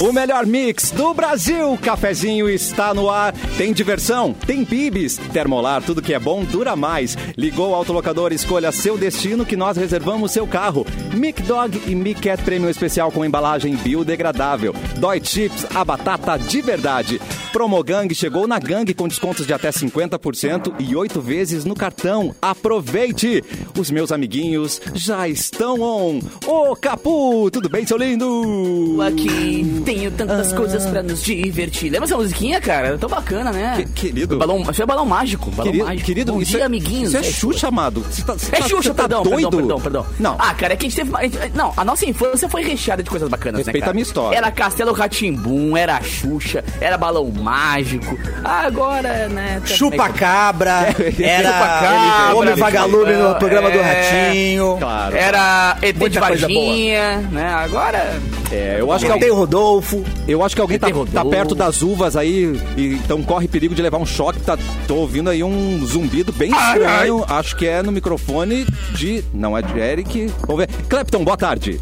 O melhor mix do Brasil. Cafezinho está no ar. Tem diversão, tem bibis. Termolar, tudo que é bom dura mais. Ligou o autolocador, escolha seu destino que nós reservamos seu carro. Mic Dog e Mic Cat Premium Especial com embalagem biodegradável. Dói Chips, a batata de verdade. Promogang chegou na gangue com descontos de até 50% e oito vezes no cartão. Aproveite! Os meus amiguinhos já estão on. Ô, Capu, tudo bem, seu lindo? Aqui tenho tantas coisas pra nos divertir. Lembra essa musiquinha, cara? Era tão bacana, né? Que- querido. Balão, isso é balão mágico. Balão Querido, mágico. querido Bom isso dia, é, amiguinhos. Isso é Xuxa, amado. Você tá, você É tá- Xuxa, você tá perdão, doido? perdão, perdão, perdão. Não. Ah, cara, é que a gente teve. uma- a gente- Não, a nossa infância foi recheada de coisas bacanas, né? Respeita cara? a minha história. Era Castelo Ratimbum, era Xuxa, era Balão Mágico. Ah, Agora, né? tá- Chupa cabra, era Chupa-cabra, homem vagalume no é, programa do Ratinho. é, Claro. Era ET de Muita coisa boa. Varginha, né? Agora. É, eu, acho que, Tem alguém- o Rodolfo. eu acho que alguém tá, Rodolfo. tá perto das uvas aí, e- então corre perigo de levar um choque. Tá, tô ouvindo aí um zumbido bem estranho. Acho que é no microfone de. Não é de Eric. Vamos ver. Clepton, boa tarde.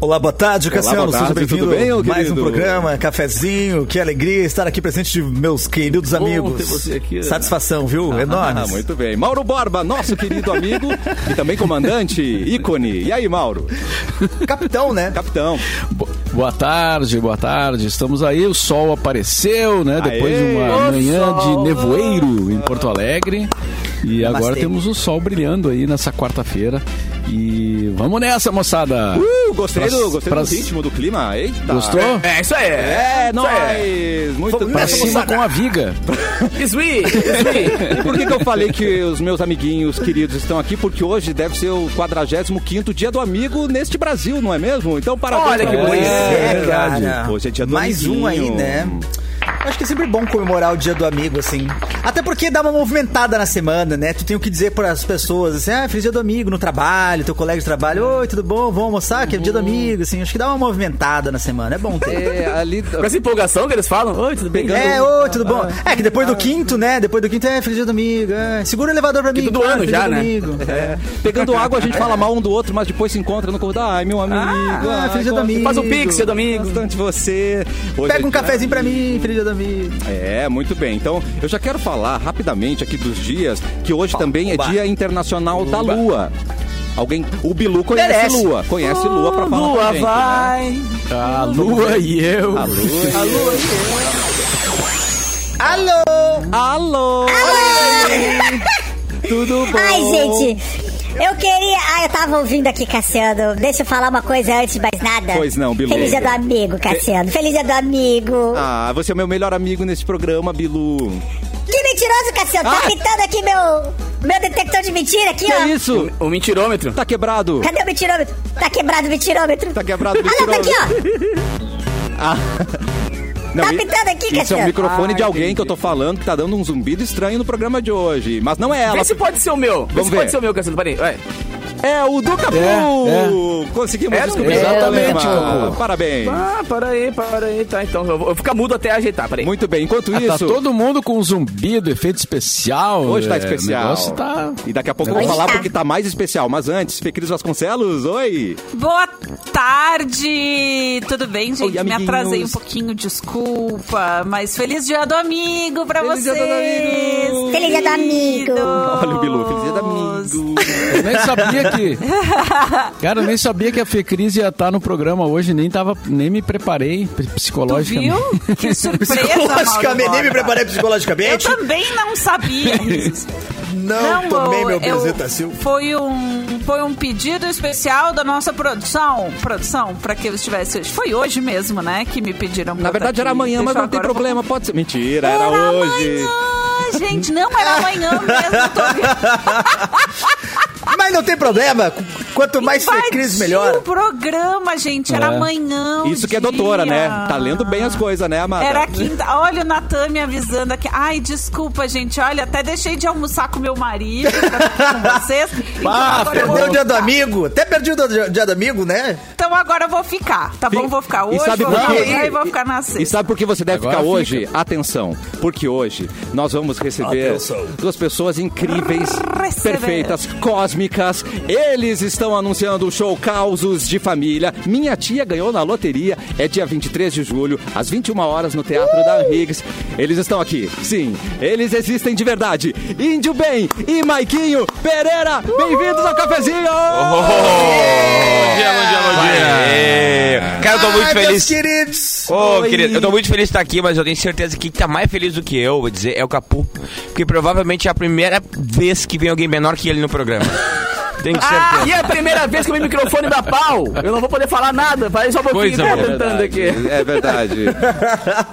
Olá, boa tarde, Cassiano. boa tarde, Seja bem-vindo. tudo bem, ô Mais um querido? programa, cafezinho. Que alegria estar aqui presente de meus queridos amigos. ter você aqui, né? Satisfação, viu? Enorme. Ah, muito bem. Mauro Borba, nosso querido amigo e também comandante, ícone. E aí, Mauro? Capitão, né? Capitão. Bo- Boa tarde, boa tarde. Estamos aí, o sol apareceu, né? Depois de Aê, uma o manhã sol. de nevoeiro em Porto Alegre. E agora tem. temos o sol brilhando aí nessa quarta-feira. E vamos nessa, moçada! Uh, gostei Pras- do, gostei pras- do ritmo, do clima. Eita. Gostou? É, isso aí. É, isso aí. nós! Muito bem. Vamos Pra nessa, cima com a viga. Isso aí, isso aí. E por que, que eu falei que os meus amiguinhos queridos estão aqui? Porque hoje deve ser o 45 dia do amigo neste Brasil, não é mesmo? Então, parabéns. Olha que pra bonito. vocês. É, É verdade. cara. Hoje é dia do Mais um aí, amiguinho. né? Acho que é sempre bom comemorar o dia do amigo, assim. Até porque dá uma movimentada na semana, né? Tu tem o que dizer para as pessoas, assim, ah, feliz dia do amigo no trabalho, teu colega de trabalho, oi, tudo bom, vamos almoçar, que é o dia do amigo, assim. Acho que dá uma movimentada na semana, é bom ter. Uhum. É, ali... Com essa empolgação que eles falam, oi, tudo bem? Ah. É, oi, tudo bom? É que depois do quinto, né? Depois do quinto é feliz dia do amigo. É. Segura o elevador pra mim. Quinto do ah, claro, ano feliz já, dia do né? amigo. É. Pegando água, a gente fala mal um do outro, mas depois se encontra no corredor. Ai, meu amigo. Ah, ai, feliz dia do gosto amigo. Faz um pix, seu domingo. Bastante você. Hoje Pega é um dia- cafezinho pra mim, feliz dia do amigo. É, muito bem. Então, eu já quero falar rapidamente aqui dos dias, que hoje também oba. é Dia Internacional da Uba. Lua. Alguém, o Bilu conhece Merece. Lua, conhece Lua pra falar com Lua a gente, né? vai. A lua e eu. A Lua. Alô! Alô! Tudo bom? Ai, gente. Eu queria. Ah, eu tava ouvindo aqui, Cassiano. Deixa eu falar uma coisa antes de mais nada. Pois não, É. Bilu. Feliz dia do amigo, Cassiano. Feliz dia do amigo. Ah, você é meu melhor amigo nesse programa, Bilu. Que mentiroso, Cassiano. Tá Ah. gritando aqui meu, meu detector de mentira aqui, Que ó. é isso? O mentirômetro. Tá quebrado. Cadê o mentirômetro? Tá quebrado o mentirômetro. Tá quebrado o Ah, não, tá aqui, ó. Ah. Não, Tá i- pitando aqui, Isso é o Cassiano? microfone Ah, de alguém entendi. que eu tô falando que tá dando um zumbido estranho no programa de hoje. Mas não é ela. Vê se pode ser o meu. Vê Vamos se ver. pode ser o meu, Cassiano. Peraí, vai. É o do Capu! É, Conseguimos É, descobrir exatamente, o problema. Capu. Parabéns. Ah, para aí, para aí. Tá, então. Eu vou eu vou ficar mudo até ajeitar, peraí. Muito bem, enquanto Ah, isso. Tá todo mundo com um zumbido, efeito especial. Hoje tá é, especial. O negócio tá. E daqui a pouco eu vou Hoje falar tá. porque tá mais especial. Mas antes, Fê Cris Vasconcelos, oi! Boa tarde! Tudo bem, gente? Oi, Me amiguinhos. atrasei um pouquinho, desculpa. Mas feliz dia do amigo pra Feliz dia vocês! do amigo. Feliz dia do amigo. queridos. Olha o Bilu, feliz dia da amigo. é Eu nem sabia que. Cara, eu nem sabia que a Fecris ia estar no programa hoje, nem, tava, nem me preparei Tu psicologicamente. viu? Que surpresa, Psicologicamente, nem me Mauro Borba. preparei Eu psicologicamente. também não sabia. Não, tomei eu- meu eu- presentacil. Foi um, foi um pedido especial da nossa produção. Produção, pra que eu estivesse hoje. Foi hoje mesmo, né? Que me pediram. pra Na Tá verdade estar era aqui. amanhã, mas Deixa eu não tem agora- problema, pode ser. Mentira, era, Era hoje. amanhã, gente. Não, era amanhã mesmo. eu Tô Mas não tem problema. Quanto mais Invadiu feliz, melhor. o programa, gente. Era É. amanhã. o Isso que é dia. doutora, né? Tá lendo bem as coisas, né, Amada? Era quinta. Olha o Natan me avisando aqui. Ai, desculpa, gente. Olha, até deixei de almoçar com meu marido pra ficar com vocês. Então Ah, agora eu perdeu o vou- dia do amigo. Até perdi o dia do amigo, né? Então então agora eu vou ficar, tá bom? Vou ficar E hoje, sabe vou por ficar quê? amanhã e vou ficar na E sexta. sabe por que você deve Agora ficar fica. hoje? Atenção, porque hoje nós vamos receber duas pessoas incríveis, Receber. perfeitas, cósmicas. Eles estão anunciando o show Causos de Família. Minha tia ganhou na loteria. É dia 23 de julho, às 21 horas no Teatro da Riggs. Eles estão aqui. Sim, eles existem de verdade. Índio Bem e Maiquinho Pereira, bem-vindos ao cafezinho! Oh, Bom dia, bom dia, bom dia. Cara, eu tô Ah, muito Ai, meus feliz. queridos. Ô, Oi. querido, eu tô muito feliz de estar aqui, mas eu tenho certeza que quem tá mais feliz do que eu, vou dizer, é o Capu. Porque provavelmente é a primeira vez que vem alguém menor que ele no programa. Tenho certeza. Ah, e é a primeira vez que o meu microfone dá pau. Eu não vou poder falar nada. Parei só um pouquinho Coisa tá boa. tentando aqui. É verdade.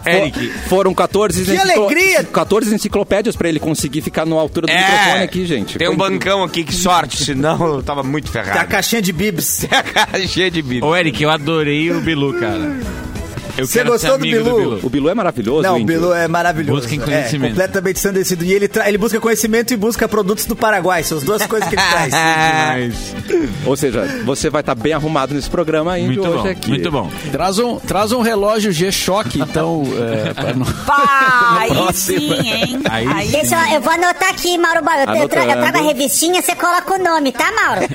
Eric. Foram 14 Que alegria! 14 enciclopédias pra ele conseguir ficar na altura do microfone É, aqui, gente. tem um Foi- bancão aqui, que sorte, senão eu tava muito Tá a ferrado. caixinha de bibs. Tá cheia de bico. Ô, Eric, eu adorei o Bilu, cara. Eu Você quero gostou ser do amigo Bilu? O Bilu é maravilhoso, Não, o Índio. Bilu é maravilhoso. Busca em É, conhecimento. completamente sandecido. E ele, tra- ele busca conhecimento e busca produtos do Paraguai. São as duas coisas que ele traz. Mas, Ou seja, você vai estar bem arrumado nesse programa, Índio, muito hoje bom, aqui. muito bom. Traz um, traz um relógio G-Shock, então. é, pra não- Pá, aí sim, é hein? Aí Aí Deixa eu, eu vou anotar aqui, Mauro Barro. Eu, eu, tra- eu trago a Anotando. revistinha, você coloca o nome, tá, Mauro?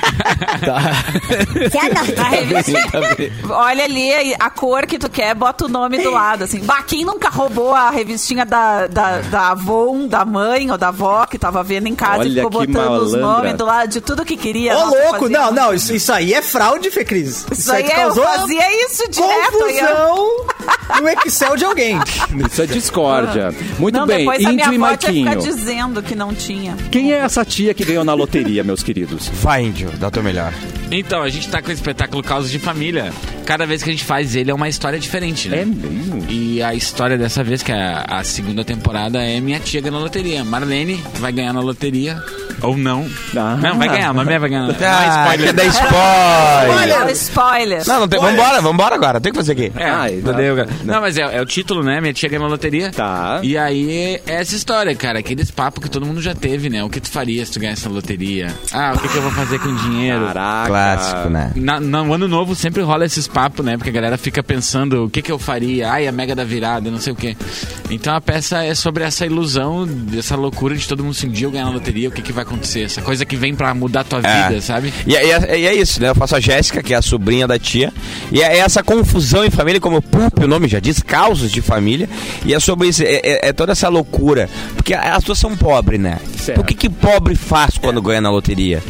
Você é Tá A anota. revistinha. Olha ali aí, a cor que tu quer, bota o nome do lado, assim. Bah, quem nunca roubou a revistinha da, da, da Avon, da mãe ou da avó que tava vendo em casa Olha e ficou que botando os malandra. nomes do lado de tudo que queria? Ô, Nossa, louco! fazia- Não, não, isso, isso aí é fraude, Fê Cris. Isso aí é, eu fazia isso direto. aí, confusão no Excel de alguém. Isso é discórdia. Muito Ah. não, bem, depois a minha Índio e avó ia ficar Marquinho. dizendo que não tinha. Quem é essa tia que ganhou na loteria, meus queridos? Vai, índio, dá o teu melhor. Então, a gente tá com o espetáculo Causas de Família. Cada vez que a gente faz ele é uma história diferente, né? É mesmo? E a história dessa vez, que é a, a segunda temporada, é minha tia ganhando na loteria. Marlene vai ganhar na loteria. Ou não. Ah. Não, vai ganhar, mas vai ganhar. Ah, quer dar spoiler. Olha, spoiler. Não, não tem, vambora, vambora agora, tem que fazer aqui. É, Ai, tá. entendeu, cara? Não, mas é, é o título, né? Minha tia ganhou na loteria. Tá. E aí, é essa história, cara. Aqueles papos que todo mundo já teve, né? O que tu faria se tu ganhasse na loteria? Ah, o que, que eu vou fazer com o dinheiro? Caraca. Clássico, né? Na, no ano novo sempre rola esses papos, né? Porque a galera fica pensando o que, que eu faria, ai, a mega da virada, não sei o quê. Então a peça é sobre essa ilusão, essa loucura de todo mundo se um dia eu ganhar na loteria, o que, que vai acontecer? Essa coisa que vem pra mudar tua vida, sabe? E, é- e é- e é isso, né? Eu faço a Jéssica, que é a sobrinha da tia. E é essa confusão em família, como o próprio nome já diz, causos de família. E é sobre isso, é, é- é toda essa loucura. Porque a- as duas são pobres, né? Certo. O que, que pobre faz quando ganha na loteria?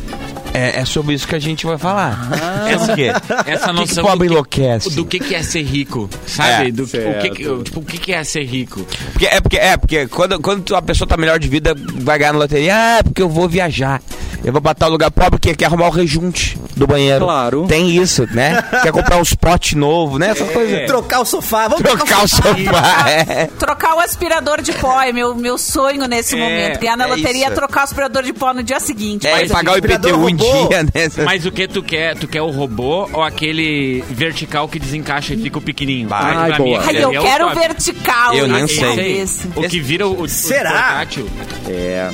É, é sobre isso que a gente vai falar. É o quê? Ah. Essa O que, que noção do pobre que- enlouquece? Do que, que é ser rico, sabe? É, do, o que que, certo. tipo, o que, que é ser rico? Porque, é, porque, é, porque quando, quando tu- a pessoa tá melhor de vida, vai ganhar na loteria. Ah, é porque eu vou viajar. Eu vou botar o lugar pobre porque quer arrumar o rejunte do banheiro. Claro. Tem isso, né? quer comprar uns potes novos, né? É. Essas coisas. Tro- Trocar o sofá. Vamos Trocar o sofá. É. Trocar o aspirador de pó é meu, meu sonho nesse É, momento. Ganhar na é loteria isso. é trocar o aspirador de pó no dia seguinte. É, Mas e pagar o aspirador IPTU em robô. dia, né? assim, Mas o que tu quer? Tu quer o robô ou aquele vertical que desencaixa e fica o pequenininho? Vai. Mas Ai, pra mim, boa. Ai, aquele eu é o quero top. vertical. Eu nem né? sei. Esse. O que vira o, o Será? portátil. É.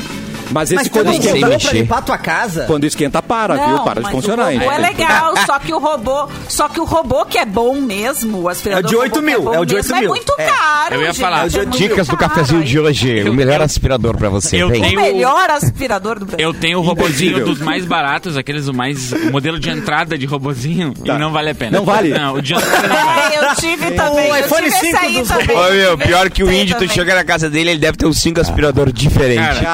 Mas esse Mas quando, quando sei esquenta, você pra mexer. limpar a tua casa... quando esquenta, para, viu? Para de mas funcionar, O hein? robô é legal, só que o robô, só que o robô que é bom mesmo, o aspirador É o de robô 8 que mil, bom é o de mesmo, 8 mil. É muito É. caro. Eu ia gente, falar. é muito Dicas do caro. cafezinho de hoje. o melhor eu- aspirador pra você. eu Vem. O tenho- melhor aspirador do Brasil. Eu tenho o robozinho dos mais baratos, aqueles o mais o modelo de entrada de robozinho, Tá. e não vale a pena. Não vale? Não, o de entrada não vale. É, eu tive também. O eu Um iPhone tive 5 esse aí dos também. Ô, meu, pior que o Esse aí índio, tu também. chega na casa dele, ele deve ter uns cinco aspiradores diferentes. Cara,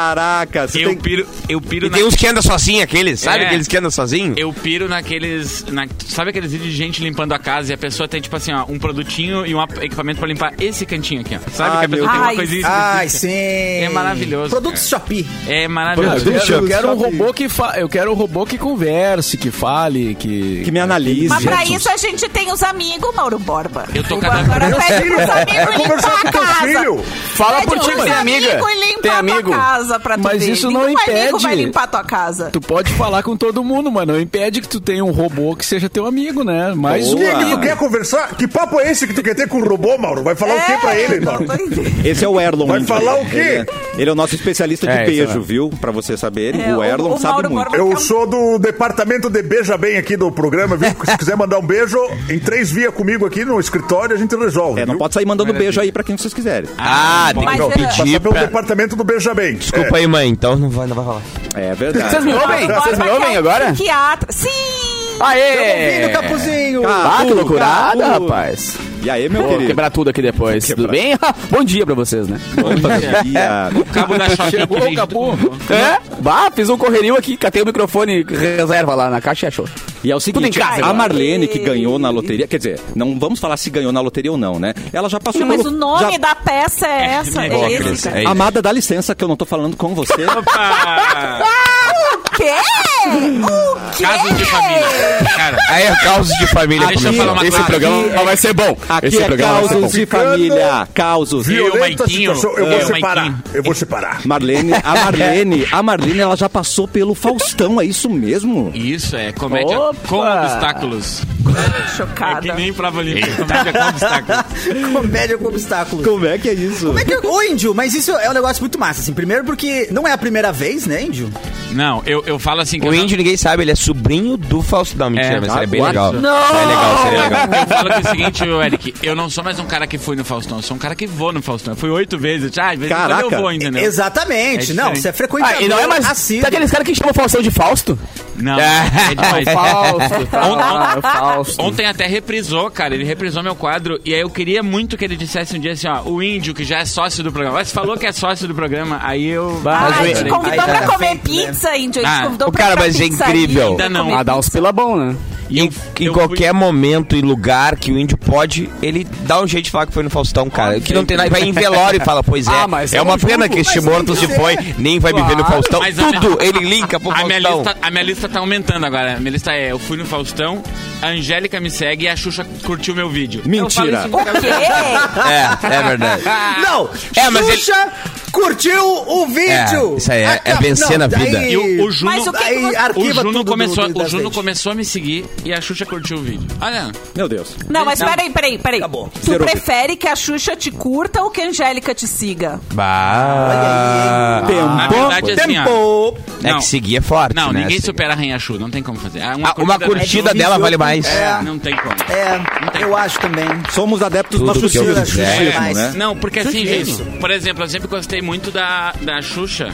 Caraca, você Ah. Eu tem... piro, eu piro e na- tem uns que andam sozinho, aqueles, sabe? É. Aqueles que andam sozinho. Eu piro naqueles. na- sabe aqueles vídeos de gente limpando a casa e a pessoa tem, tipo assim, ó, um produtinho e um ap- equipamento pra limpar esse cantinho aqui, ó. Sabe Ah, que a pessoa meu tem uma Deus. coisinha Ai, específica? sim. É maravilhoso, Produtos Shopee. É maravilhoso. Produto. Eu quero um robô que fa... eu quero um robô que converse, que fale, que que me analise. Mas pra Jesus. isso a gente tem os amigos, Mauro Borba. Eu tô O cada- Agora pede pros é amigos limpar a casa. Fala Pede por ti, pros mas tem amiga. amigos limpar Tem a tua amigo. casa pra tu Mas ver. isso Nenhum não amigo vai impede. limpar tua casa. Tu pode falar com todo mundo, mas não impede que tu tenha um robô que seja teu amigo, né? Mais Boa. um Que que tu amigo. quer conversar? Que papo é esse que tu quer ter com o robô, Mauro? Vai falar o É, que pra ele, não Mauro? tô entendendo. Esse é o Erlon. Vai então. falar o quê? Ele é, ele é o nosso especialista de É, isso beijo, é. viu? Pra vocês saberem, É, o o- Erlon o sabe Mauro muito. Borba- um Eu sou do departamento de beija bem aqui do programa, viu? Se quiser mandar um beijo, em três via comigo aqui no escritório, a gente resolve. É, não viu? pode sair mandando beijo aí pra quem vocês quiserem. Ah, tem Mas, que eh, pedir Passar pelo pra... departamento do beija bem. Desculpa aí, mãe. Então não vai, não vai rolar. É Vocês verdade. me ouvem? Agora Vocês me vai ouvem ter um agora? Psiquiatra. Sim! Aê! Vindo, Capuzinho! Ah, que Capu, loucurada, Capu. rapaz. E aí, meu Vou querido? quebrar tudo aqui depois. Tudo bem? Ah, Bom dia pra vocês, né? Bom dia. Cabo da Shopee Chegou, que vende acabou. tudo. É? Bah, fiz um correrio aqui, catei o microfone reserva lá na caixa e achou. E é o Tudo em seguinte, casa a agora. Marlene que ganhou na loteria, quer dizer, não vamos falar se ganhou na loteria ou não, né? Ela já passou Não, mas pelo- o nome já- da peça é essa. É esse, cara. É isso. Amada, dá licença que eu não tô falando com você. Ah, Quê? Casos de família. Cara, Aí é causa de família. Deixa eu falar uma Esse coisa. programa Aqui é- vai ser bom. Aqui Esse é programa vai ser bom. causos de família, causos. Viu? Violenta Maiquinho. situação. Eu vou É, o separar. Maiquinho. Eu vou separar. Marlene, a Marlene, a Marlene, ela já passou pelo Faustão, é isso mesmo? isso é comédia Opa! com obstáculos. É Chocada. que nem prova olímpica. Comédia com obstáculos. Comédia com obstáculos. Como é que é isso? Como é que- Ô, Índio, mas isso é um negócio muito massa, assim. Primeiro porque não é a primeira vez, né, Índio? Não, eu, eu falo assim que eu O não- índio ninguém sabe, ele é sobrinho do Fausto. Não, mentira, tá É, mas ele é bem what? legal. É legal, seria legal. Eu falo que é o seguinte, meu Eric, eu não sou mais um cara que fui no Faustão, eu sou um cara que vou no Faustão. Eu fui oito vezes, já, às vezes quando eu Caraca. vou, entendeu? Exatamente. É não, diferente. você é frequentador. assim. Ah, e não é mais. assíduo. Tá aqueles caras que chamam o Faustão de Fausto? Não, É. é demais. Fausto, tá é Fausto, Fausto. Ontem até reprisou, cara. Ele reprisou meu quadro. E aí eu queria muito que ele dissesse um dia assim, ó, o índio que já é sócio do programa. Você falou que é sócio do programa, aí eu. Mas Ai, o- te convidou Aí tá pra comer feito, né? pizza, Índio. Ele te Ah, convidou o pra cara, pra mas é pizzaria, incrível. Ainda não. comer Ah, dá uns pela bom, né? E Em, eu- em eu qualquer momento e lugar que o índio pode, ele dá um jeito de falar que foi no Faustão, cara. que não tem nada. Vai em velório e fala, pois é. Ah, mas é eu um uma julgo, pena que este é morto se foi, nem vai viver no Faustão. Mas a Tudo minha- ele linka pro A minha, Faustão. lista, a minha lista tá aumentando agora. A minha lista é: eu fui no Faustão, a Angélica me segue e a Xuxa curtiu meu vídeo. Eu falo Mentira. isso O quê? É, é verdade. Ah. Não! É, mas ele- Xuxa curtiu o vídeo! É, isso aí é- é Acaba- vencer na daí- vida. E o, o Juno. Mas o que que Daí você- o arquiva Juno tudo começou, do, do, o das Juno redes. começou a me seguir e a Xuxa curtiu o vídeo. Olha, Meu Deus. Não, mas peraí, peraí, peraí. Acabou. Tu Zerou. prefere que a Xuxa te curta ou que a Angélica te siga? Bah. na Tempo. verdade, assim, ó. Pô, É Não. que seguir é forte. Não, né? ninguém Assim. supera a Rainha Chu, não tem como fazer. Ah, Ah, Uma da curtida Xuxa- dela vale mais. É. Não tem como. É, eu acho também. Somos adeptos Tudo do que eu fascismo, quiser. fascismo, né? Não, porque assim, Xuxa, gente, isso. é por exemplo, eu sempre gostei muito da, da Xuxa.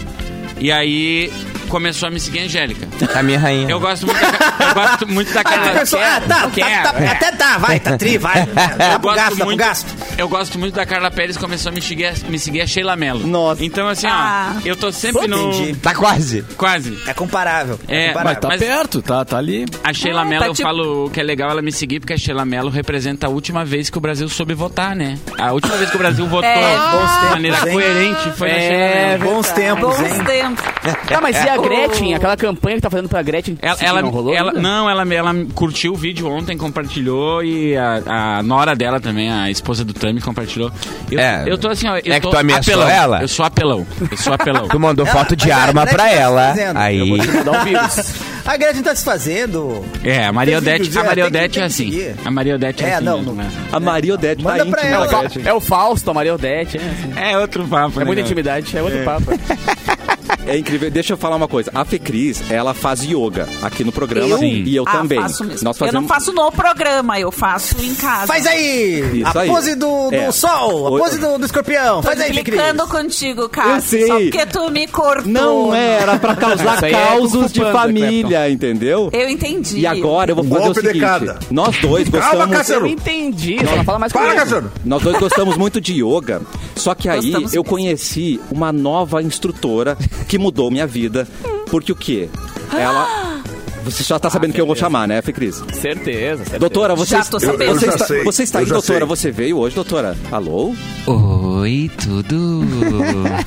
E aí começou a me seguir a Angélica. A minha rainha. Eu gosto muito da, eu gosto muito da Aí cara. tu pensou, ah, tá, quero, tá, tá, é. até tá, vai, tá tri, vai. Dá pro Eu gosto gasto, dá pro muito- gasto. Eu gosto muito da Carla Pérez que começou a me seguir, a- me seguir a Sheila Mello. Nossa. Então, assim, Ah. ó, eu tô sempre no. Entendi. Tá quase. Quase. É comparável. É, Mas comparável. tá Mas- perto, tá, tá ali. A Sheila Ah, Mello, tá eu tipo- falo que é legal ela me seguir, porque a Sheila Mello representa a última vez que o Brasil soube votar, né? A última vez que o Brasil votou bons de tempos, maneira hein? coerente foi na Sheila É, Mello. Bons tempos, Bons hein? tempos. Tá, mas e a Gretchen? Aquela campanha que tá fazendo pra Gretchen? É. Ela, Sim, ela, não rolou? ela- ainda? não, ela, ela curtiu o vídeo ontem, compartilhou e a, a nora dela também, a esposa do Tami, compartilhou. Eu, É. eu tô assim, ó, eu É que tô tu ameaçou apelão. ela? Eu sou apelão. Eu sou apelão. Tu mandou foto de mas é, arma mas é pra que tá ela. fazendo. Aí. Eu vou te mandar um vírus. A Gretchen tá se fazendo. é, a Maria Tem vídeo Odete, dela, a Maria tem que- Odete tem que é assim. seguir. A Maria Odete é, É, assim. não, mesmo, não- né? A Maria Odete tá Manda pra íntima ela. da Gretchen. É o Fausto, a Maria Odete. É, assim. É outro papo. é muita né? intimidade, é outro papo. É incrível. Deixa eu falar uma coisa. A Fecris, ela faz yoga aqui no programa Eu? e eu ah, também. Faço mesmo. Nós Eu não fazemos faço no programa, eu faço em casa. Faz aí! Isso a aí. pose do, do É. sol, Oi. a pose do, do escorpião. Tô Faz aí, Ficris. implicando contigo, cara. Eu sei. Só porque tu me cortou. Não era pra causar Isso aí é causos de Kung Fu Panda, família, entendeu? Eu entendi. E agora eu vou Um fazer o golpe de seguinte. cada. Nós dois Calma, gostamos. Cassiano. Eu entendi, só não fala mais Para, comigo. Cassiano. Nós dois gostamos muito de yoga, só que aí Gostamos eu mesmo. conheci uma Ah! nova instrutora que mudou minha vida. Porque o quê? Ela Você já tá sabendo que eu vou chamar, né, Fê Cris? Certeza, certeza. Doutora, você, Já tô sabendo. você Eu já está, sei, você está eu aí, já doutora? sei. Você veio hoje, doutora? Alô? Oi, tudo?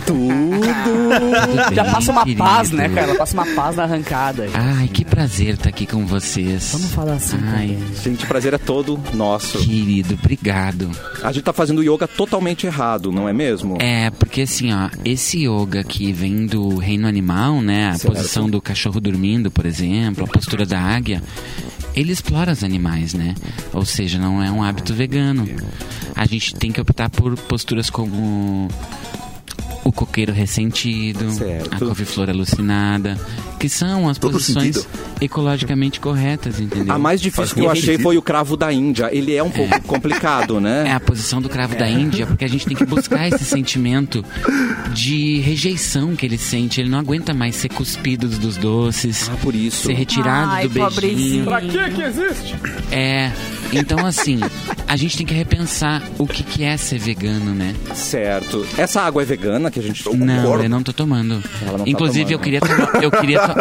Tudo! Bem, Já passa uma querido? paz, né, cara? Ela passa uma paz na arrancada. Ai, que prazer estar aqui com vocês. Vamos falar assim, Ai, Gente, o prazer é todo nosso. querido, obrigado. A gente tá fazendo yoga totalmente errado, não é mesmo? É, porque assim, ó, esse yoga que vem do reino animal, né? A posição do cachorro dormindo, por exemplo, a postura da águia, ele explora os animais, né? Ou seja, não é um hábito vegano. A gente tem que optar por posturas como o coqueiro ressentido, Certo. a couve-flor alucinada, que são as Todo posições sentido. ecologicamente corretas, entendeu? A mais difícil que eu todo achei sentido. foi o cravo da Índia. Ele é um pouco complicado, É né? a posição do cravo da Índia, porque a gente tem que buscar esse sentimento de rejeição que ele sente. Ele não aguenta mais ser cuspido dos doces, Ah, por isso. ser retirado Ai, do beijinho. pobrezinho. Pra que existe? É. Então, assim, a gente tem que repensar o que, que é ser vegano, né? Certo. Essa água é vegana que a gente Não, eu não tô tomando. Ela não tá Inclusive, tomando. eu queria tomar. Eu queria, to-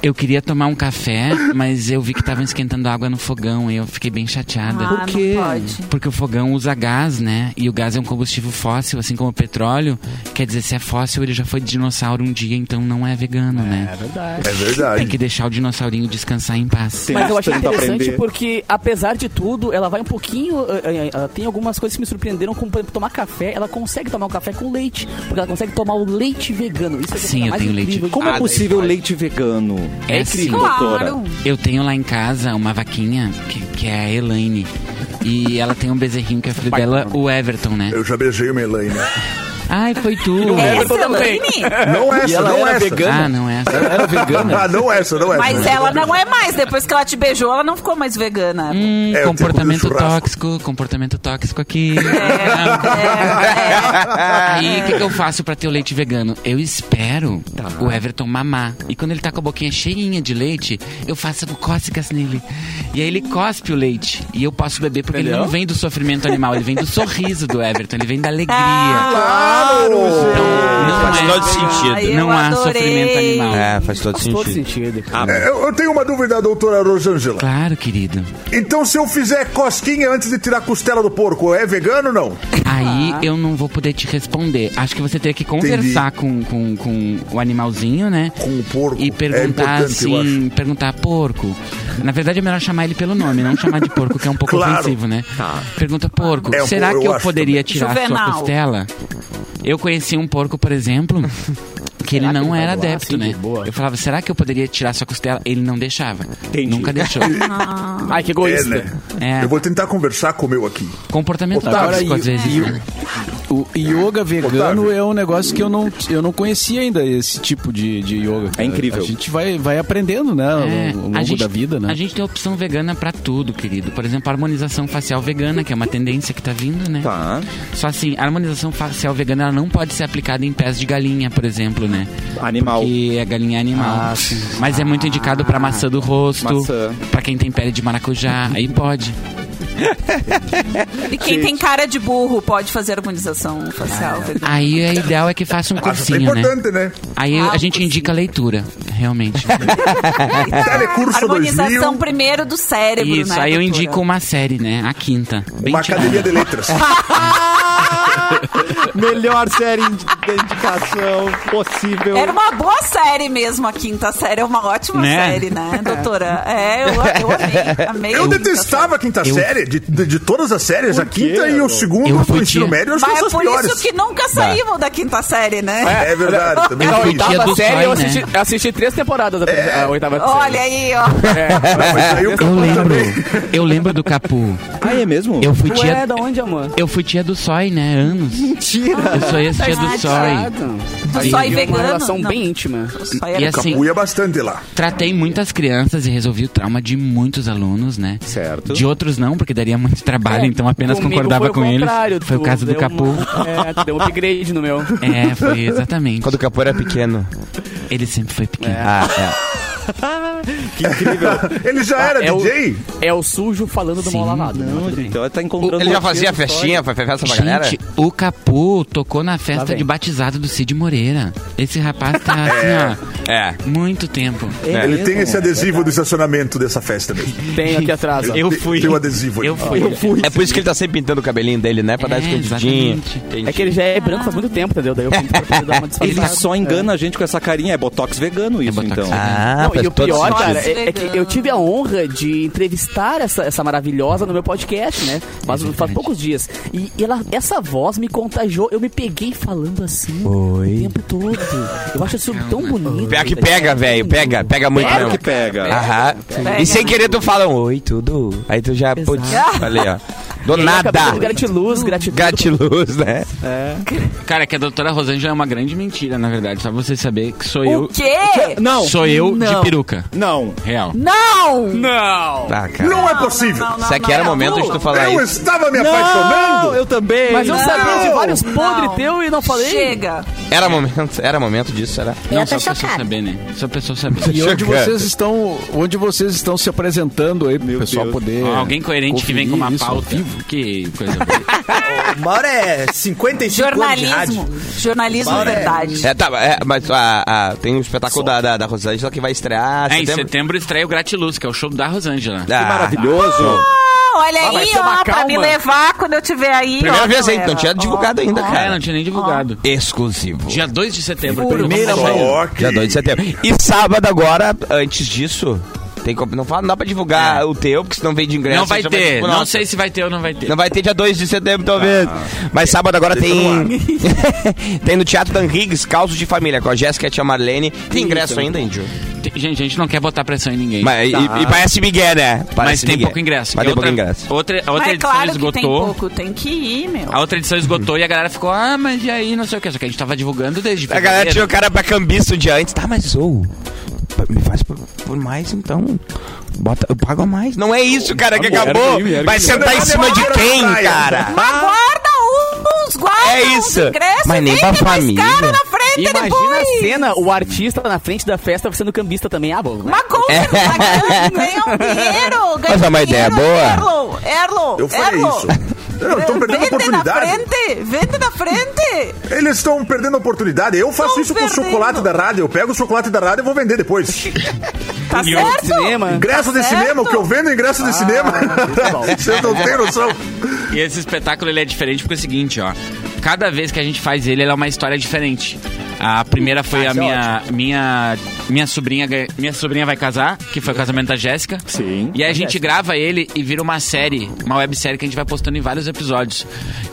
eu queria tomar um café, mas eu vi que estavam esquentando água no fogão e eu fiquei bem chateada. Ah, quê? não pode. Porque o fogão usa gás, né? E o gás é um combustível fóssil, assim como o petróleo. Quer dizer, se é fóssil, ele já foi dinossauro um dia, então não é vegano, né? É Tem verdade. que deixar o dinossaurinho descansar em paz. Tem Mas eu achei tanto a interessante aprender. porque, apesar de tudo, ela vai um pouquinho. eh, eh, eh, tem algumas coisas que me surpreenderam, como por exemplo, tomar café. Ela consegue tomar o café com leite, porque ela consegue tomar o leite vegano. Isso é a Sim, coisa eu mais tenho leite. incrível. então. Como Como é possível leite vegano? É incrível, sim. doutora. Claro. Eu tenho lá em casa uma vaquinha, que, que é a Elaine. E ela tem um bezerrinho que é filho dela, o Everton, né? Eu já beijei uma Elaine. Ai, foi tu. Essa, Elaine? Não é essa, ela não era essa. vegana? Ah, não é essa. Era vegana? Ah, é não essa, não essa. Mas ela não é mais. Depois que ela te beijou, ela não ficou mais vegana. Hum, É, eu tenho comportamento comido churrasco. tóxico, comportamento tóxico aqui. É, é. Aí, o que, que eu faço pra ter o leite vegano? Eu espero Tá. o Everton mamar. E quando ele tá com a boquinha cheinha de leite, eu faço um cócegas nele. E aí ele cospe o leite. E eu posso beber, porque ele não vem do sofrimento animal, ele vem do sorriso do Everton, ele vem da alegria. Ah, Não Faz é- todo sentido. Ai, eu não há adorei. sofrimento animal. É, faz todo Todo sentido. sentido. Ah, É, Eu, eu tenho uma dúvida, doutora Rosângela. Claro, querido. Então, se eu fizer cosquinha antes de tirar a costela do porco, é vegano ou não? Aí eu não vou poder te responder. Acho que você teria que conversar com, com, com o animalzinho, né? Com o porco. E É perguntar importante, eu assim, perguntar porco. Na verdade é melhor chamar ele pelo nome, não chamar de porco, que é um pouco Claro. Tá. ofensivo, né? Pergunta porco, É, eu- será eu que eu acho poderia tirar a Juvenal. sua costela? Eu conheci um porco, por exemplo, que ele não era adepto, né? Eu falava, será que eu poderia tirar sua costela? Ele não deixava. Nunca deixou. Ah. Ai, que É, egoísta. né? É. Eu vou tentar conversar com o meu aqui. Comportamento Tá, Agora, tóxico, às e- vezes. e- né? O yoga vegano Otávio. é um negócio que eu não, eu não conhecia ainda, esse tipo de, de yoga. É cara. incrível. A gente vai, vai aprendendo, né, ao- É, ao longo da vida, né? A gente tem opção vegana pra tudo, querido. Por exemplo, a harmonização facial vegana, que é uma tendência que tá vindo, né? Tá. Só assim, a harmonização facial vegana ela não pode ser aplicada em pés de galinha, por exemplo, né? Animal. Porque a galinha é animal. Ah, Mas é muito indicado pra maçã do rosto, Maçã. pra quem tem pele de maracujá, aí pode. E quem tem cara de burro pode fazer harmonização Ah. facial. vegana. Aí o ideal é que faça um Acho que é cursinho, né? importante, né? Aí Ah, um a gente cursinho. indica a leitura, realmente. Telecurso harmonização 2000, primeiro do é cérebro, Isso, né? aí eu doutora? indico uma série, né? A quinta. Bem uma tirada. academia de letras. Melhor série de indicação possível. Era uma boa série mesmo, a quinta série. É uma ótima Né? série, né, doutora? É, eu, eu amei. amei Eu a quinta detestava a quinta série, de, de, de todas as séries, a quinta e o segundo Eu fui do ensino tia. médio, eu série. acho que Mas são é as por piores. isso que nunca saímos da quinta série, né? É verdade, também Na fui isso. Dia oitava do série, eu sonho, assisti, né? eu assisti três temporadas da primeira- É. a oitava série. Olha aí, ó. É, Não, mas aí o Eu campeão lembro, também. eu lembro do Capu. Ah, é mesmo? Eu fui Tu é tia, da onde, amor? Tá eu fui tia do Sói, né? Anos. Mentira. Eu sou ex-tia Tá do Sói. Do só e Tem vegano. Uma relação não. bem íntima. Só E era um assim, Capuia bastante lá. tratei muitas crianças e resolvi o trauma de muitos alunos, né? Certo. De outros não, porque daria muito trabalho, então apenas É, Comigo concordava foi o com eles. contrário, Foi o tu caso do deu Capu. uma- é, tu deu um upgrade no meu. É, foi exatamente. Quando o capô era pequeno. Ele sempre foi pequeno. Ah, é. Que incrível. Ele já era é DJ? O, é o sujo falando do mal lavado. né? Mas tudo bem. Então ele tá encontrando. Ele já uma fazia cheia de festinha, história. fa- festa pra Gente, galera? o Capu tocou na Lá festa vem. de batizado do Cid Moreira. Esse rapaz tá assim, É. ó, muito tempo. É Ele mesmo, tem esse é adesivo do estacionamento dessa festa mesmo. Tem aqui atrás. ó. Eu fui. Tem o adesivo aí. Eu fui. É por isso que ele tá sempre pintando o cabelinho dele, né? Pra dar É, escondidinho. exatamente. tá- É que ele já é branco faz muito tempo, entendeu? Daí eu pinto pra poder dar uma Ele disfarçada. só engana a gente com essa carinha. É botox vegano isso, botox então. vegano. Ah, Não, e o pior, cara, sentido. é, é que eu tive a honra de entrevistar essa, essa maravilhosa no meu podcast, né? Faz, faz Exatamente. poucos dias. E ela, essa voz me contagiou. Eu me peguei falando assim o tempo todo. Eu acho isso tão bonito. Pior que pega, velho. Pega, pega muito Claro mesmo. que pega. É, Aham. É. Pega. E sem querer tu fala um oi, tudo. Aí tu já, putz, Ah. falei, ó. E Do aí eu nada. acabei dando Gratiluz, gratidão. Gatiluz, né? Cara, é que a doutora Rosângela é uma grande mentira, na verdade. Só você saber que sou eu. O quê? Não, Sou eu Não. de peruca. não. Real. Não! Tá, cara. Não é possível. Isso aqui era o momento de tu falar Eu isso. estava me Não, apaixonando. eu também. Mas eu sabia de vários Não. podres teu e não falei. Chega! Era momento, era momento disso, era. Eu Não, tô só a pessoa chocada. saber, né? Só a pessoa saber. E onde Chocante. vocês estão, onde vocês estão se apresentando aí pro Meu pessoal Deus. poder. Ó, Ah, alguém coerente que vem com uma conferir isso ao pauta. vivo. Que coisa boa. Uma hora é 55 anos de rádio. Jornalismo. Jornalismo Bah, é. verdade. É, tá, é, mas ah, ah, tem um espetáculo da, da, da Rosângela que vai estrear. É, em Ah, setembro. setembro estreia o Gratiluz, que é o show da Rosângela. Ah, Que maravilhoso. Ah, olha vai aí, ser uma ó, pra me calma. levar quando eu tiver aí. Primeira ó, vez aí, galera. não tinha Ó, divulgado ainda, ó. Ah, cara. não tinha nem divulgado. Exclusivo. Dia 2 de setembro. Furo. Primeira Só vez. que- Dia 2 de setembro. E sábado agora, antes disso, tem como- não, fala, não dá pra divulgar É. o teu, porque senão vem de tipo, ingresso. Não vai já ter. pro Não nosso. sei se vai ter ou não vai ter. Não vai ter dia 2 de setembro, talvez. Mas sábado agora tem. tem no Teatro Dan Riggs, Causos de Família, com a Jéssica e a Tia Marlene. Tem ingresso ainda, Índio? Tem- Gente, a gente não quer botar pressão em ninguém. Mas, Mas, e- e, parece Miguel, né? Tá. Parece tem migué. pouco ingresso. Mas E tem pouco outra- ingresso. é Outra, a outra Mas é edição claro que tem esgotou. pouco, tem que ir, meu. a outra edição esgotou e a galera ficou, ah, mas e aí, não sei o que. Só que a gente tava divulgando desde A galera fevereiro. tinha o cara pra cambista um dia antes. Tá, mas ou. Me faz por, por mais, então. Bota, eu pago a mais. Não é isso, cara, que Vamos, acabou. ergue aí, ergue Vai aí. sentar em cima de quem, cara? Mas guarda uns, guarda É uns isso. ingressos. Mas nem vende pra mais família. caro na frente Imagina depois. a cena, o artista na frente da festa sendo cambista também. Ah, bom. né? Mas como você não tá ganhando? Ganha um dinheiro. Ganha É. Mas é um uma ideia dinheiro, boa. Erlo, Erlo, Eu falei Erlo. isso. Eu estou perdendo Vende na oportunidade. frente, vende na frente. Eles estão perdendo oportunidade. Eu faço Tão isso com o perdendo. chocolate da rádio. Eu pego o chocolate da rádio e vou vender depois. Tá E o certo? Tá cinema. Ingresso de certo. Ah, é cinema, o que eu vendo é ingresso de cinema. Vocês não têm noção. E esse espetáculo ele é diferente porque é o seguinte, ó. Cada vez que a gente faz ele, ele é uma história diferente. A primeira foi a minha, minha minha sobrinha ga- minha sobrinha vai casar, que foi o casamento da Jéssica. Sim. E aí a gente grava ele e vira uma série, uma websérie que a gente vai postando em vários episódios.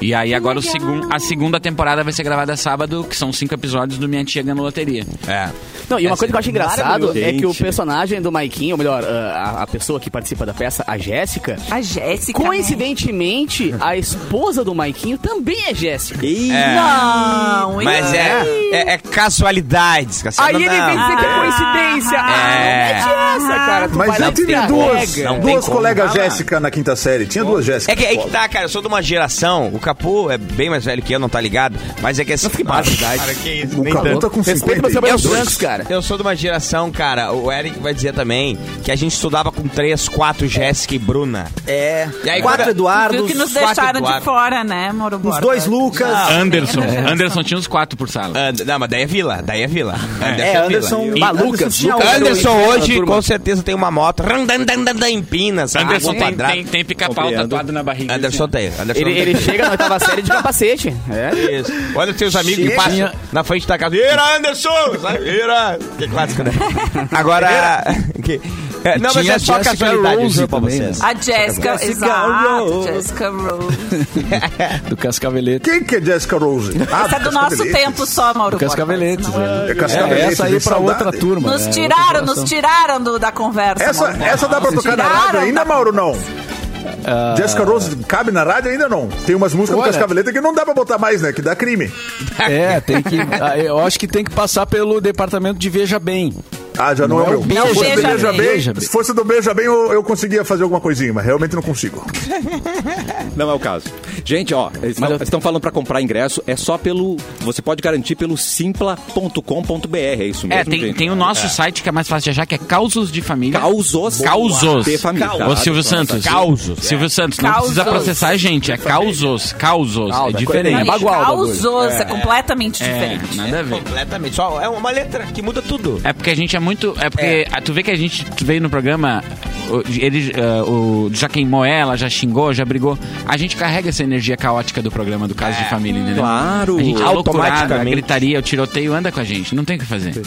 E aí agora o segun, a segunda temporada vai ser gravada sábado, que são cinco episódios do Minha Tia Ganhou Loteria. É. Não, e uma coisa que eu acho engraçado é que o gente. personagem do Maikinho, ou melhor, a, a pessoa que participa da peça, a Jéssica, A Jéssica. né? coincidentemente, a esposa do Maikinho também é Jéssica. Ih, né? Não, Mas e é, aí? é, é casualidades, Aí Cassiano, ele não. vem dizer que é Ah. coincidência. Ah, É. não mete essa, cara. Tu vai Ah, Mas lá eu e tive te duas, arrega. Não tem duas como colegas falar. Jéssica na quinta série. Tinha duas Jéssica. É que, é que tá, cara, eu sou de uma geração. O Capu é bem mais velho que eu, não tá ligado? Mas é que assim. Não Cara, que isso, nem O Capu tanto. tá com Respeita 50. meus cabelos Eu sou- brancos, cara. Eu sou de uma geração, cara, o Eric vai dizer também, que a gente estudava com três, quatro Jéssica e Bruna. É. E aí, Quatro quando- Viu Eduardos, que nos quatro deixaram de Eduardo. fora, né, Moro os Borba? dois Lucas. Ah, Anderson, Anderson tinha uns quatro por sala. And- não, mas daí é Vila, daí é Vila. Anderson É, Vila. Anderson. E- Malucas, tinha Lucas outro. Anderson hoje, turma. com certeza, tem uma moto. Ran, dan, dan, dan, dan, Em Pinas, Anderson água tem, quadrada. tem, tem pica-pau Compreendo. tatuado na barriga. assim, Anderson tem. Anderson Ele, tem. ele chega na oitava série de capacete. É. Isso. Olha os teus amigos que Chega. passam na frente da casa. Ira, Anderson! Sabe? Ira! Que clássico, né? Agora. que- é, não, mas Tinha é só Jessica casualidade, eu Rose juro pra também, vocês. A É, Jéssica, exato. Rose. Jéssica Rose. Do Cascavelete. Quem que é Jessica Rose? Ah, Essa é do nosso Cascaveletes. tempo só, Mauro Borba. Cascaveletes. Não é. É É, Cascaveletes, essa aí gente, pra saudade. outra turma. É Nos né? tiraram, Outra nos tiraram do- da conversa. Essa, Mauro Borba. essa dá pra tocar na rádio tiraram ainda, da- Mauro, não? Jessica Rose cabe na rádio ainda não? Tem umas músicas do Olha. Cascaveleta que não dá pra botar mais, né? Que dá crime. geração. É, tem que. ah, Eu acho que tem que passar pelo departamento de Veja Bem. Ah, já não, é o meu. Beija se fosse do Bem. Beija Bem, Beija Bem. se fosse do Beija Bem, eu, eu conseguia fazer alguma coisinha, mas realmente não consigo. Não é o caso. Gente, É ó, eles estão, estão falando pra comprar ingresso, é só pelo. Você pode garantir pelo simpla.com.br, é isso mesmo? É, tem, gente? tem o nosso site que é mais fácil de achar, que é Causos de Família. Causos. Causos. De família. Ô, Silvio Causos. Santos. Causos. Silvio Santos, não precisa Causos. processar a gente. É causos. Causos. É Não, diferente. e Causos, é, completamente É, diferente. nada a ver. Completamente. Só é uma letra que muda tudo. É porque a gente é muito. É porque ah, tu vê que a gente tu veio no programa. o- Ele ah, o, já queimou ela, já xingou, já brigou. A gente carrega essa energia caótica do programa do caso de família, entendeu? Claro. A gente é loucurada, a Automaticamente. gritaria, o tiroteio anda com a gente. Não tem o que fazer.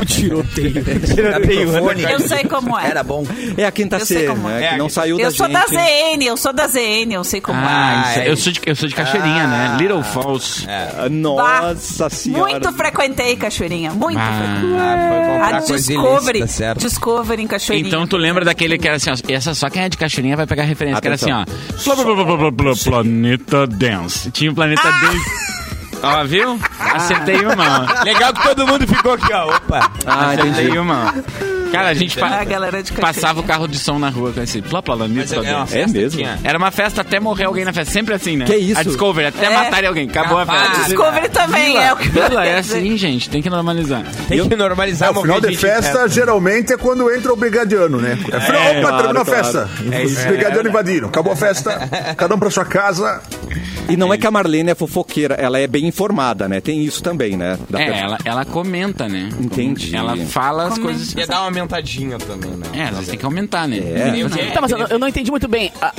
O tiroteio. Microfone. Eu sei como é. Era bom. É a quinta Eu sei C, como né? é. que não saiu da Eu sou gente. da ZN, eu sou da ZN, eu sei como é. Ah, isso é- é eu, sou de, eu sou de Cachoeirinha, né? Little Falls. Ah, Nossa senhora. Muito frequentei Cachoeirinha, muito frequentei. né? Ah, foi A comprar coisa Discovery, ilícita, certo? Discovery em Cachoeirinha. Então tu lembra daquele que era assim, ó, essa só quem é de Cachoeirinha vai pegar referência, que era Atenção. assim, ó. Plá, plá, plá, plá, plá, plá, Planeta Dance. Tinha o Planeta Ah! Dance. Ó, viu? Acertei uma, ó. Legal que todo mundo ficou aqui, ó. Opa. Ah, entendi. Acertei uma, ó. Cara, a gente pa- Ah, A galera de Cachoeirinha. passava o carro de som na rua com esse plá, plá, Planeta Dance. É mesmo? Era uma festa até morrer alguém na festa, sempre assim, né? Que isso? A Discovery, até É. matar alguém. Acabou a A festa. Discovery também é o que Vila, é eu sei. assim, gente, tem que normalizar. Tem que normalizar É, o final de festa geralmente é quando entra o brigadiano, né? É, final, opa, claro, terminou a claro. festa. Os brigadianos invadiram. Acabou a festa, cada um pra sua casa. E não é que a Marlene é fofoqueira, ela é bem informada, né? Tem isso também, né? Da É, pessoa. ela, ela comenta, né? Entendi. Ela fala é? as coisas. Ia dar uma aumentadinha também, né? É. É, às vezes tem que aumentar, né? Tá, mas eu, eu não entendi muito bem. A,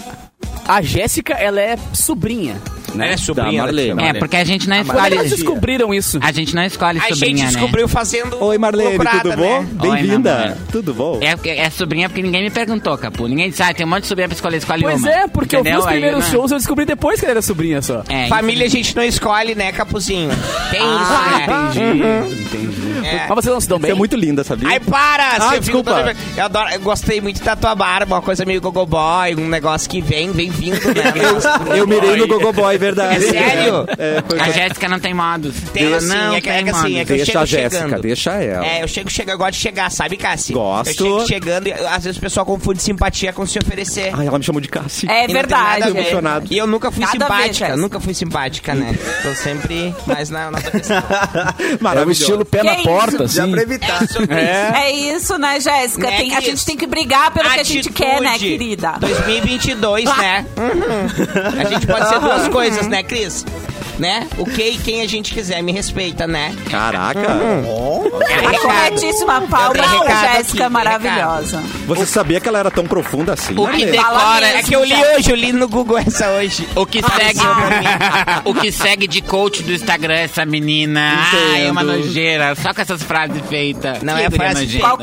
a Jéssica, ela é sobrinha. Ela é sobrinha Da da Marlene. tia É, Marlene. porque a gente não Como é que escolhe. eles descobriram isso? A gente não escolhe A gente é, sobrinha, né? descobriu fazendo. Oi, Marlene, loucurada, tudo bom? né? Oi, meu Bem-vinda. amor. Tudo bom? É, porque- é sobrinha porque ninguém me perguntou, Capu. Ninguém disse, ah, tem um monte de sobrinha pra escolher, escolhe Pois uma. é, porque eu Entendeu? vi os Aí, primeiros né? shows eu descobri depois que ela era sobrinha só. É, Família a gente não escolhe, né, Capuzinho? Tem Ah, isso, Entendi, né? Uhum. Uhum. entendi. É. Mas vocês não se dão Você bem? é muito linda, sabia? Ai, para! Ah, seu filho desculpa. todo- Eu, adoro, eu gostei muito da tua barba, uma coisa meio gogoboy, um negócio que vem, vem vindo, né? eu, eu mirei no Gogoboy, verdade. É sério? É, foi A Jéssica não tem modos. Tem Ela assim, é que- é que assim, modos. é que- eu Deixa chego a Jéssica, chegando. deixa ela. É, eu chego, chego, eu gosto de chegar, sabe, Cassi? Gosto. Eu chego chegando e às vezes o pessoal confunde simpatia com se oferecer. Ai, ela me chamou de Cassi. É E não tem nada a verdade. ver. emocionado. E eu nunca fui Nada a ver, simpática, Cassi. nunca fui simpática, né? Tô sempre mais na, na outra questão. É o Maravilhoso. estilo pé Que na isso? porta, Já assim. pra evitar. É isso, né, Jéssica? Né, Tem- a Cris? gente tem que brigar pelo que a gente quer, né, Atitude. querida? 2022, né? Uhum. A gente pode ser duas coisas, né, Cris? Né? O que e quem a gente quiser, me respeita, né? Caraca. Hum. É corretíssima Eu tenho palma, recado Jéssica aqui, maravilhosa. Você sabia que ela era tão profunda assim? O que Marlene? fala decora. mesmo, É que eu li cara. hoje, eu li no Google essa hoje. O que, segue, Ah, o que segue de coach do Instagram essa menina? Ai, é uma nojeira. Só com essas frases feitas. Não, Que é guria frase- nojenta. Qual-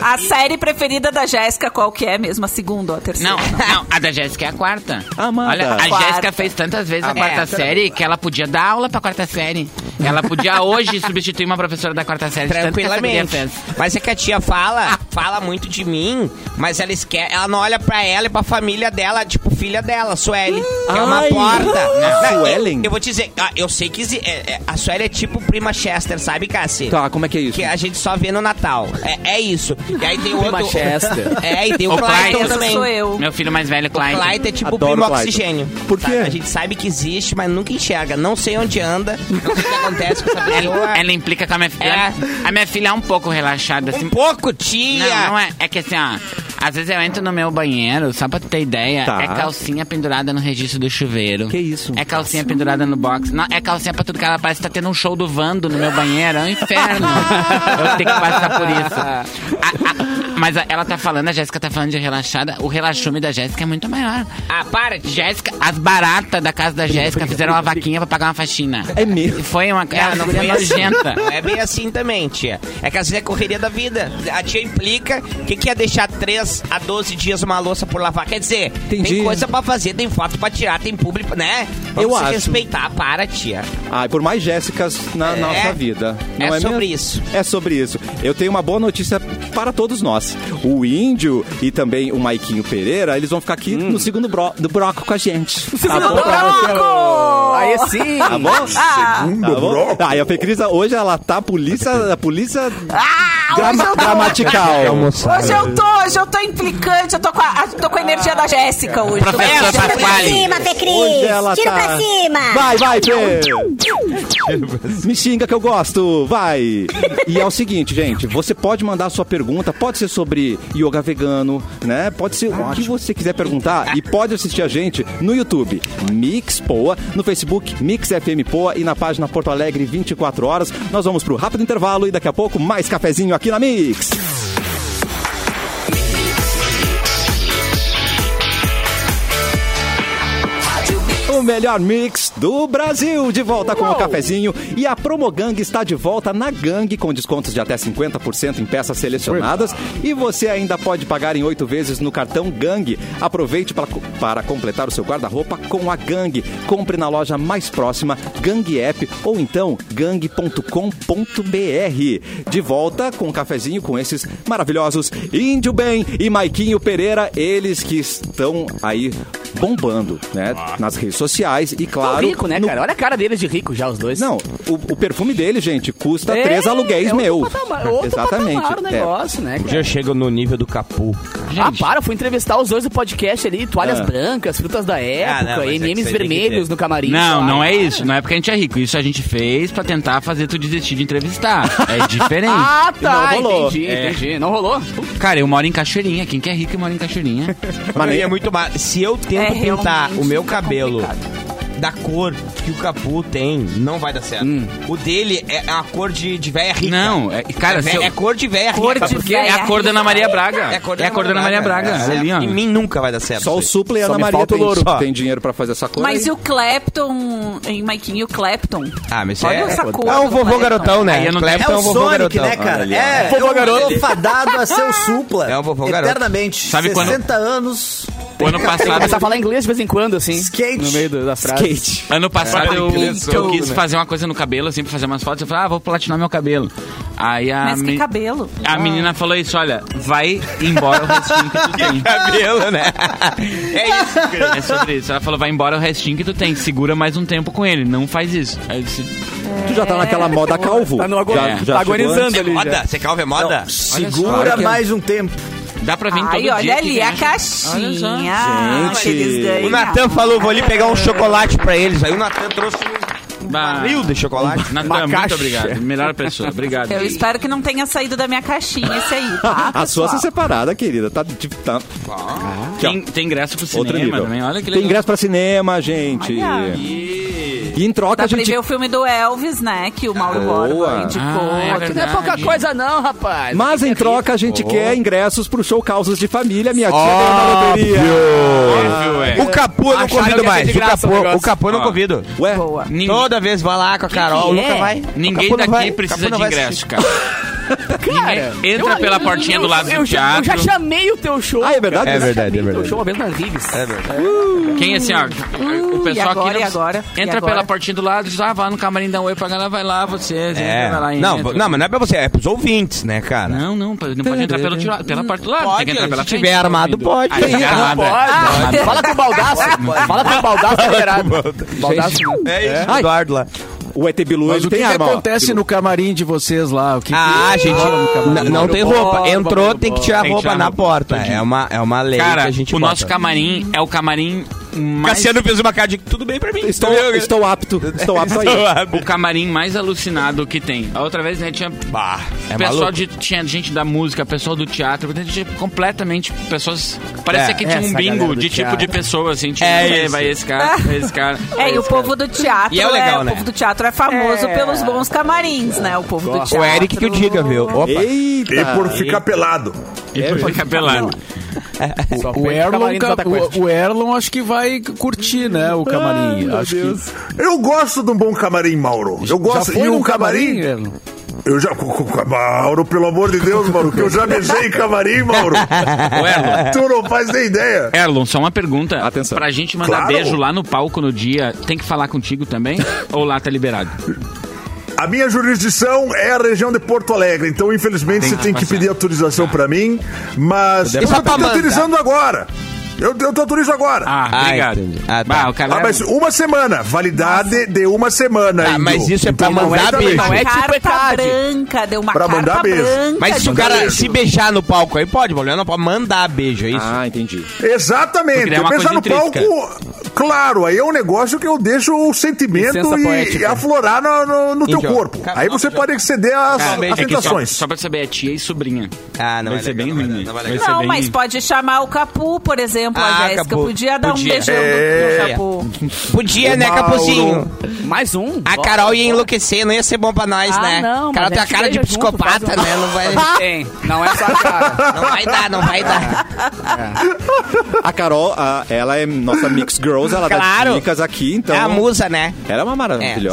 a série preferida da Jéssica, qual que é mesmo? A segunda ou a terceira? Não, não, a da Jéssica é a quarta. Amada. Olha, a Quarta. Jéssica fez tantas vezes a, É. é quarta série que ela podia dar aula pra quarta série. Ela podia hoje substituir uma professora da quarta série. de tanto que essa guria Tranquilamente. fez. Mas é que a tia fala, fala muito de mim, mas ela esquece, ela não olha pra ela e pra família dela, tipo, filha dela, Sueli. que é uma Ai. porta. Ah, Não, Suelen? Eu vou te dizer, ah, eu sei que exi- é, é, a Sueli é tipo prima Chester, sabe, Cassi? Tá, como é que é isso? Que a gente só vê no Natal. É, é isso. E aí tem o outro. Chester. É, e tem o O Clayton Clayton. também. sou eu. Meu filho mais velho, Clyde. Clyde é tipo Adoro primo Clyde. oxigênio. Por quê? Sabe? A gente sabe que existe, mas nunca enxerga. Não sei onde anda, não sei o que acontece com essa pessoa. Ela, ela implica com a minha filha. É. A minha filha é um pouco relaxada. Assim. Um pouco, tia! Não, não é. É que assim, ó. Às vezes eu entro no meu banheiro, só pra tu ter ideia, Tá. é calcinha pendurada no registro do chuveiro. Que isso? É calcinha pendurada no box. Não, é calcinha pra tudo que ela parece que tá tendo um show do Vando no meu banheiro. É um inferno. eu tenho que passar por isso. Ah, A- a- mas a- ela tá falando, a Jéssica tá falando de relaxada. O relaxume da Jéssica é muito maior. Ah, para, tia. Jéssica, as baratas da casa da Jéssica fizeram uma vaquinha pra pagar uma faxina. É mesmo. E Foi uma. Ela não não foi foi assim. nojenta. Não é bem assim também, tia. É que às vezes é correria da vida. A tia implica que quer deixar 3 a 12 dias uma louça por lavar. Quer dizer, Entendi. tem coisa pra fazer, tem foto pra tirar, tem público, né? Vamos Eu se acho. respeitar. Para, tia. Ai, por mais Jéssicas na É. nossa vida. É sobre mesmo? isso. É sobre isso. Eu tenho uma boa notícia para todos nós. O Índio e também o Maiquinho Pereira, eles vão ficar aqui no segundo bro do broco com a gente. Tá bom? Aí sim! Ah, Tá bom? Segundo Tá bom? bloco. Ah, e a Pecrisa hoje ela tá a polícia, a polícia hoje eu tô. Dramatical. Hoje né? eu tô, hoje eu tô implicante, eu tô com a, tô com a energia da Jéssica hoje. Tô com a Tira energia da pra Jéssica. cima, Fê Hoje ela Cris. Tira tá- pra cima. Vai, vai, Fê! Me xinga que eu gosto, vai! E é o seguinte, gente, você pode mandar a sua pergunta, pode ser sobre yoga vegano, né? Pode ser o que você quiser perguntar e pode assistir a gente no YouTube, Mix Poa, no Facebook, Mix FM Poa e na página Porto Alegre 24 horas. Nós vamos pro rápido intervalo e daqui a pouco mais cafezinho aqui na Mix. O melhor mix do Brasil, de volta com o cafezinho. E a Promogang está de volta na gangue, com descontos de até 50% em peças selecionadas. E você ainda pode pagar em oito vezes no cartão Gang. Aproveite para, para completar o seu guarda-roupa com a Gang. Compre na loja mais próxima, Gang App, ou então gang.com.br. De volta com o cafezinho com esses maravilhosos Índio Bem e Maiquinho Pereira, eles que estão aí bombando, né? Nas redes sociais e Tão claro. Ah. rico, né, no- cara? Olha a cara deles de rico já, os dois. Não, o, o perfume dele, gente, custa É, três aluguéis é meus. outro patamar- outro patamar o É. negócio, né, cara? Já chega no nível do capu. Ah, para, fui entrevistar os dois do podcast ali, toalhas Ah. brancas, frutas da Ah, época, não, mas é que MMs isso aí tem que vermelhos ter. no camarim. Não, sabe? não é isso. Não é porque a gente é rico. Isso a gente fez pra tentar fazer tu desistir de entrevistar. É diferente. Ah, tá, Não rolou. entendi, É. entendi. Não rolou? Cara, eu moro em Cachoeirinha. Quem que é rico mora em Cachoeirinha. Mas nem é muito mais. Se eu É, tento pintar realmente o meu tá cabelo complicado. da cor que o Capu tem, não vai dar certo. O dele é a cor de, de véia rica. Não, é- cara, é, se véia- eu- é cor de véia Cor rica. de Porque porque é a cor da Ana Maria Braga. É a cor da, Ana Maria Braga. Olha ali, ó. Em mim nunca vai dar certo. Só o isso aí. Supla e a Só Ana me Maria falta tem, isso, ó. tem dinheiro pra fazer essa coisa. Mas e o Clapton, em Maikinho, e o Clapton? Ah, mas isso Olha é. essa cor É do um vovô Clapton. garotão, né? Aí eu não Clapton tenho- é É um o vovô Sonic, garotão. né, cara? Olha ali, ó. É, Vovô garoto. eu fadado a ser o supla. É o vovô garoto. Eternamente. Sabe quando- 60 anos. O ano passado. Começar a falar inglês de vez em quando, assim. Skate. No meio do- da frase. Ano passado eu, criança, eu quis né? fazer uma coisa no cabelo, assim, pra fazer umas fotos. Eu falei, ah, vou platinar meu cabelo. Aí a, Mas que me- cabelo. Ah. a menina falou isso, olha, vai embora o restinho que tu tem. Cabelo, né? É isso. É sobre isso. Ela falou, vai embora o restinho que tu tem. Segura mais um tempo com ele, não faz isso. Aí eu disse, É. Tu já tá naquela moda calvo. Tá no ago- Já- já tá chegou agonizando antes? É ali. moda? Já. Você calva é moda? Segura mais um tempo. dá pra vir todo Ai, dia olha aqui, ali né? a caixinha. Ah, Gente. que eles ganham. O Natan falou, vou ali pegar um chocolate pra eles. Aí o Natan trouxe um Bah. barril de chocolate. Natan, muito caixa. obrigado. Melhor pessoa, obrigado. Eu espero que não tenha saído da minha caixinha esse aí, tá? A sua tá pessoal? separada, querida. Tá, tipo, tá Tem, tem ingresso pro outro Ah, cinema nível. também, olha que legal. Tem ingresso pra cinema, gente. Olha. E em troca Dá pra a gente Ah. gente... ver o filme do Elvis, né? Que o Mauro Borba Boa. indicou. Ah, é Aquilo verdade. Não é pouca coisa, não, rapaz. Mas em troca a gente quer ingressos pro show Causas de Família, minha tia ganhou na loteria. Óbvio, é. O Capu eu não Acharam convido que ia ser mais. de O graça o Capu, negócio. o Capu eu não Ó. convido. Ué, Boa. Ninguém- Toda vez vai lá com a Carol, que nunca é? vai. Ninguém O Capu não daqui vai. precisa O Capu de não vai ingresso, cara. Cara, Ninguém- entra pela portinha do lado do eu já, eu já teatro. chamei o teu show. Ah, é verdade? Eu já É verdade, chamei é o teu verdade. show uma vez na Rives. É verdade. Quem assim, ó, o pessoal e agora, aqui não- e agora? E entra agora? pela portinha do lado, diz, ah, vai no camarim dá um oi pra galera, vai lá vocês, É. entra, vai lá, Não, entra. não, mas não é pra você, é pros ouvintes, né, cara? Uhum. Não, não, pode- não pode entrar pelo, tiro- pela parte do lado. tem que entrar pela se frente, tiver tá armado, ouvindo? pode. Ah, se tiver armado, é. Fala com o Baldaço. Fala com o Baldaço, tá liberado. Baldaço. É isso, Eduardo lá. O ET Bilu, Mas ele o que, tem que arma, ó. acontece no camarim de vocês lá? O que é? que- Ah, gente, n- não tem roupa. Entrou, tem que tirar a Tem que roupa tirar a na roupa. porta. É uma, é uma lei que Cara, a gente o bota. nosso camarim é o camarim mais... Cassiano fez uma cara de tudo bem pra mim. Estou, Entendeu? estou apto. Estou apto aí. Estou O camarim mais alucinado que tem. A outra vez, né, tinha... Bah, é pessoal maluco. de, tinha gente da música, pessoal do teatro, gente completamente pessoas. Parecia É, que tinha um essa bingo galera do de tipo de teatro. pessoa, assim, tipo, É é, isso. vai esse cara, vai esse cara. vai É, e o esse cara. povo do teatro. E é o legal, né? O povo do teatro é famoso É. pelos bons camarins, né? O povo do teatro. O Eric que eu diga, viu? Opa. É, Eita. E por ficar pelado. E por ficar pelado. Só O perde Erlon, camarim do ca- Jota Quest. o, o Erlon acho que vai curtir, né, o camarim. acho Eu gosto de um bom camarim, Mauro. Eu que gosto. e um num camarim. Erlon? Eu já. cu- cu- cu- Mauro, pelo amor de Deus, Mauro, que eu já beijei em camarim, Mauro. Ô, Erlon. tu não faz nem ideia. É, Erlon, só uma pergunta. É. Atenção. Pra gente mandar Claro. beijo lá no palco no dia, tem que falar contigo também? Ou lá tá liberado? A minha jurisdição é a região de Porto Alegre, então infelizmente você tem que pedir autorização pra mim, mas eu Isso vou estar pra te mandar. autorizando agora. Eu, eu te autorizo agora. Ah, obrigado. tá? Ah, Bah, o cara Ah, mas uma semana. Validade de uma semana. Ah, Hindu. mas isso é pra Então, mandar exatamente. beijo. Uma É tipo carta ECAD. branca, deu uma Pra carta mandar beijo. Tá branca. Mas se o de cara beijo. se beijar no palco aí, pode, Paulinho? Não, pode mandar beijo, é isso? Ah, entendi. Exatamente. Porque é uma Eu beijar no coisa palco, claro, aí é um negócio que eu deixo o sentimento Licença e, poética. e aflorar no, no- no teu Então, corpo. cara, Aí não, você já- pode exceder Ah, às Cara, às é que tentações. Só pra saber, é tia e sobrinha. Ah, não Vai é ser legal, bem vai- ruim, né? não vai Vai legal. ser Não, bem- mas pode chamar o Capu, por exemplo, Ah, a Jéssica. Capu. Podia dar Podia. um beijão É. no Capu. Podia, O né, Mauro. assim, Capuzinho? Mais um? A Carol ia enlouquecer, não ia ser bom pra nós, Ah, né? não, mas Carol tem a a gente cara de beija junto, psicopata, faz um- né? Não vai, Tem, não é só a cara. não vai dar, não vai dar. A Carol, a- ela é nossa Mix Girls, ela Claro. dá dicas aqui, então. É a musa, né? Ela é uma É, se eu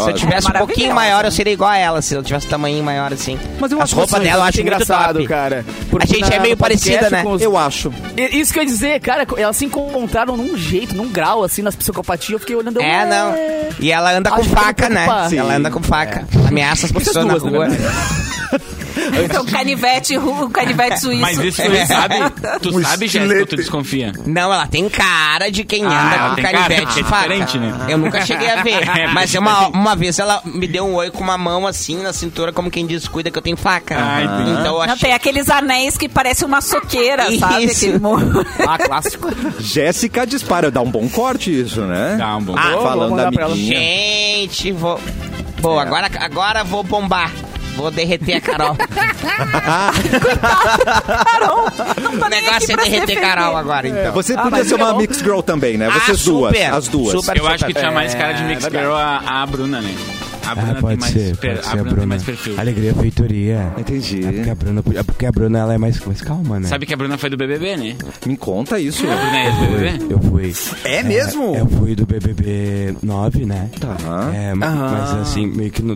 maravilhosa. tivesse um É pouquinho maravilhosa. maior, eu seria igual a ela, se eu tivesse um tamanho maior assim. Mas eu As acho roupas isso dela eu acho muito muito engraçado, top. cara. A gente é na- meio no podcast parecida, né? com os- Eu acho. E- Isso que eu ia dizer, cara, elas se encontraram num jeito, num grau, assim, nas psicopatias. Eu fiquei olhando. eu, É, não. E ela anda com Acho que eu faca, vou né? preocupar. Ela anda com faca. Ameaça as pessoas na É. duas, né? na rua. Então, canivete, ru- canivete suíço. É, Mas isso tu sabe? Tu sabe, Um Jéssica, ou tu estilete. desconfia? Não, ela tem cara de Ah, quem anda ela com tem cara é canivete de e faca. diferente, né? Eu nunca cheguei a ver. Mas uma, uma vez ela me deu um oi com uma mão assim na cintura, como quem diz, cuida que eu tenho faca. Ah, entendi. então eu Não, achei... tem aqueles anéis que parece uma soqueira, sabe? Isso. Aquele mo- Ah, clássico. Jéssica dispara. Dá um bom corte isso, né? Dá um bom Ah, corte. falando Vou da mandar pra ela. amiguinha. Gente, vou... Bom, agora, agora vou bombar. Vou derreter a Carol. Carol, não o tá nem aqui negócio é pra se derreter defender. Carol agora, então. Você Ah, podia mas ser uma é bom. Mix Girl também, né? Ah, Vocês duas. super. As duas. Super. Eu acho que tinha mais cara de Mix É, Girl a, a Bruna, né? Ah, A Bruna tem mais per- a Bruna tem mais perfil. Alegria, é feitoria. Entendi. Porque a Bruna, é porque a Bruna ela é mais, mais calma, né? Sabe que a Bruna foi do BBB, né? Me conta isso. Ah. A Bruna é do BBB? Eu fui. É mesmo? eu fui do BBB 9, né? Tá. É, ma- Mas Ah. assim, meio que no-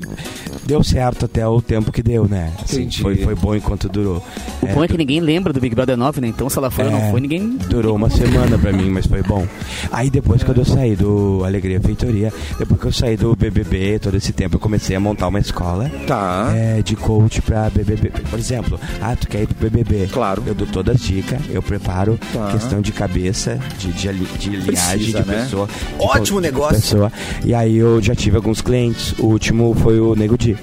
deu certo até o tempo que deu, né? Assim, Entendi. foi, foi bom enquanto durou. O bom é que ninguém lembra do Big Brother 9, né? Então, se ela foi ou não É, foi, ninguém. Durou uma semana pra mim, mas foi bom. Aí depois, quando eu saí do Alegria Feitoria, depois que eu saí do BBB, todo esse tempo, eu comecei a montar uma escola Tá. é, de coach pra BBB. Por exemplo, ah, tu quer ir pro BBB? Claro. Eu dou todas as dicas, eu preparo Tá. questão de cabeça, de, de, ali- de linhagem, Precisa, de né? pessoa. Ótimo de negócio. pessoa. E aí eu já tive alguns clientes. O último foi o Nego Di.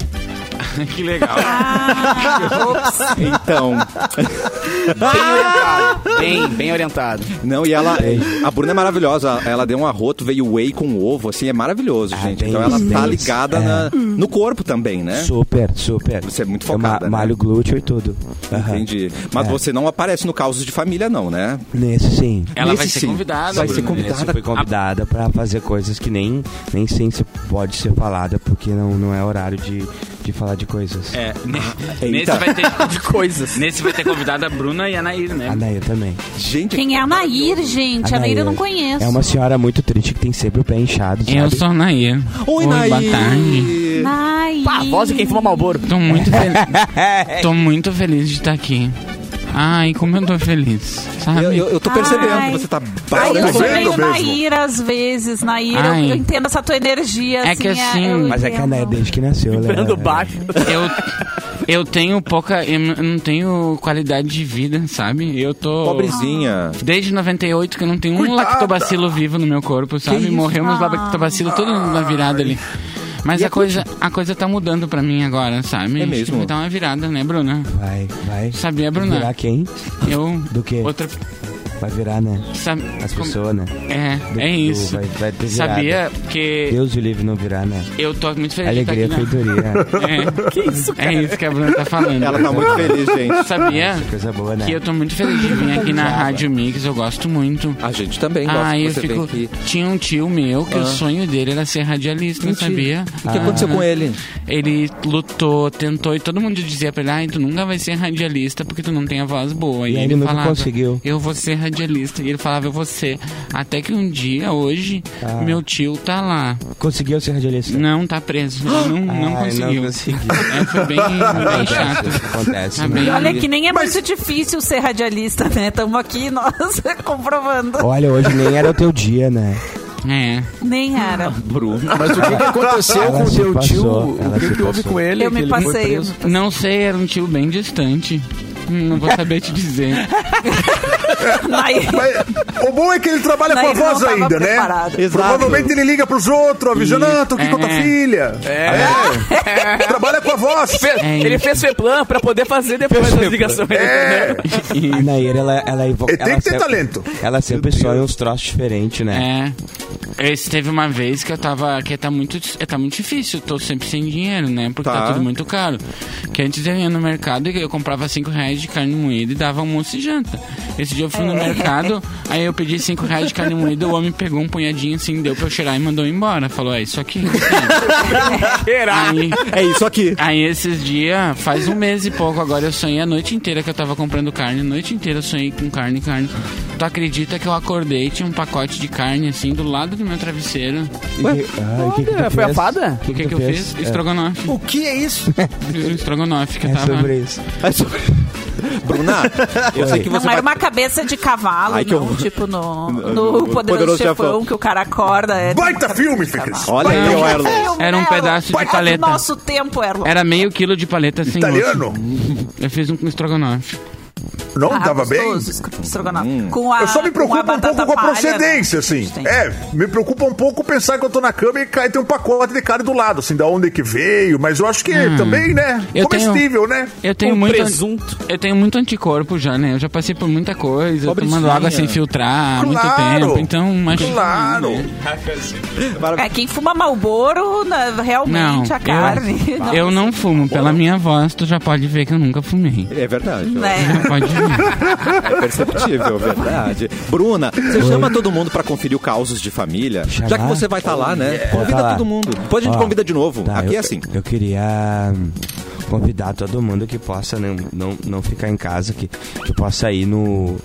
que legal. Então. Bem, bem orientado. Não, e ela. A Bruna é maravilhosa. Ela deu um arroto, veio whey com ovo, assim, é Ah, maravilhoso, gente. tem então ela isso, tá tem isso. ligada É. na- no corpo também, né? Super, super. Você é muito Eu focada, né? Malho glúteo e tudo. Aham. Entendi. Mas É. você não aparece no Causos de Família, não, né? Nesse sim. Ela vai Nesse ser sim. convidada. Vai ser Bruna. convidada. Foi convidada pra fazer coisas que nem, nem sei se pode ser falada, porque não, não é horário de, de falar de coisas. É, ne- Eita. nesse vai ter... Coisas. Nesse vai ter convidada a Bruna e a Nair, né? A Nair também. Gente, Quem é a Nair, gente? A Nair eu não conheço. É uma senhora muito triste que tem sempre o pé inchado, sabe? Eu sou a Nair. oi, Nair! Boa tarde. Nair. Pá, a voz de quem fuma Malboro. Tô muito feliz. tô muito feliz de estar aqui. Ai, como eu tô feliz, sabe? Eu, eu, eu tô percebendo Ai. que você tá Ai, eu Tá sou vendo meio mesmo? Nair às vezes, Nair. eu- Ai. Eu, entendo essa tua energia. É que assim- eu Mas é que a é. Nair, entendo. desde que nasceu, ela Dando baixo. Eu, eu tenho pouca. Eu n- não tenho qualidade de vida, sabe? Eu tô. pobrezinha. Desde 98 que eu não tenho um Coitada. lactobacilo vivo no meu corpo, sabe? Morreu meus lactobacilos todos na virada ali. Mas a coisa, a coisa tá mudando pra mim agora, sabe? É Acho que mesmo? Vai dar uma virada, né, Bruna? Vai, vai. Sabia, Bruna? Virar quem? Eu. Do quê? Outra. Vai virar, né? Sabe, As como- pessoas, né? Do- É, é do- isso. vai- vai ter virada. Sabia que Deus o livre não virar, né? eu tô muito feliz Alegria, de estar aqui. feitoria. né? É. Que isso, cara? É isso que a Bruna tá falando. Ela tá muito feliz, gente. Sabia Coisa boa, né? que eu tô muito feliz de vir aqui na Rádio Mix, eu gosto muito. A gente também gosta Ah, que eu você fico. vem aqui. Tinha um tio meu que o sonho dele era ser radialista, não sabia? Ah. O que aconteceu com ele? Ele lutou, tentou, e todo mundo dizia pra ele: ai, tu nunca vai ser radialista porque tu não tem a voz boa. E ele nunca conseguiu. Eu vou ser radialista. E ele falava: eu vou ser. Até que um dia, hoje, meu tio tá lá. Conseguiu ser radialista? Não tá preso. Ele não, não Ai, conseguiu. Não conseguiu. É, foi bem, bem chato. Acontece. Tá né? bem- E olha que nem é muito difícil ser radialista, né? Estamos aqui, nós, comprovando. Olha, hoje nem era o teu dia, né? É. Nem era. Mas o que, que aconteceu Ela com o se teu passou, tio? ela O que, se que houve passou. com ele? é Eu que me ele foi passei. eu preso? me passei. Não sei, era um tio bem distante. Hum, Não vou saber te dizer. É. Mas o bom é que ele trabalha Daí com a ele não voz tava ainda, né? preparado. Exato. Provavelmente ele liga pros outros, avisando, Isso. ah, tô aqui com a tua É. filha. É. Trabalha com a voz. Fe- Ele fez Feplan pra poder fazer depois as ligações. né? É. E a Nair, ela, ela evoca. Ele tem ela que ter sempre- talento. Ela sempre sonha uns troços diferentes, né? É. Esse teve uma vez que eu tava. Que tá muito, é, tá muito difícil. Eu tô sempre sem dinheiro, né? Porque tá, Tá. tudo muito caro. Que antes eu ia no mercado e eu comprava 5 reais de carne moída e dava almoço e janta. Esse dia eu fui no É. mercado, aí eu pedi 5 reais de carne moída, o homem pegou um punhadinho assim, deu pra eu cheirar e mandou embora. Falou, é isso aqui. é isso aqui. Aí esses dias, faz um mês e pouco agora, eu sonhei a noite inteira que eu tava comprando carne. A noite inteira eu sonhei com carne, carne. Tu acredita que eu acordei e tinha um pacote de carne assim do lado do meu travesseiro? Ué, ah, o que que tu foi a fez? fada? O que O que, tu que eu fez? fiz? É. Estrogonofe. um O que é isso? Estrogonofe que eu É tava. sobre isso. Bruna, eu sei que Não você era vai... uma cabeça de cavalo, Ai, que não, horror. tipo no, no, No- no Poderoso, Poderoso Chefão, Chefão. que o cara acorda. É... Baita filme, Feliz. Olha aí, Baita ô Erlon. filme, Era um Erlon. pedaço de Baita do paleta. nosso tempo, Erlon. Era meio quilo de paleta sem Italiano? osso. Eu fiz um com estrogonofe. Não Ah, tava bem? gostoso, estrogonofe. Com a, eu só me preocupo um com a pouco batata com a palha, né? procedência, assim. É, me preocupa um pouco pensar que eu tô na cama e cai, tem um pacote de carne do lado, assim, da onde que veio, mas eu acho que Hum. também, né? Eu tenho- comestível, né? Eu tenho muito Eu tenho muito anticorpo já, né? Eu já passei por muita coisa, Pobrezinha. tomando água sem filtrar há Claro. muito tempo. Então, acho que- Claro. né? É, quem fuma Malboro, na- realmente, a carne. Eu, eu não fumo. Pela minha voz, tu já pode ver que eu nunca fumei. É verdade. Né? Pode É perceptível, verdade. Bruna, você chama todo mundo pra conferir o Causos de Família? Já que você vai estar lá, né? Yeah. Convida Tá lá. todo mundo. Depois a gente Ó, convida de novo. tá, Aqui eu- é assim. Eu queria hum, convidar todo mundo que possa né, não, não, não ficar em casa, que, que possa ir no.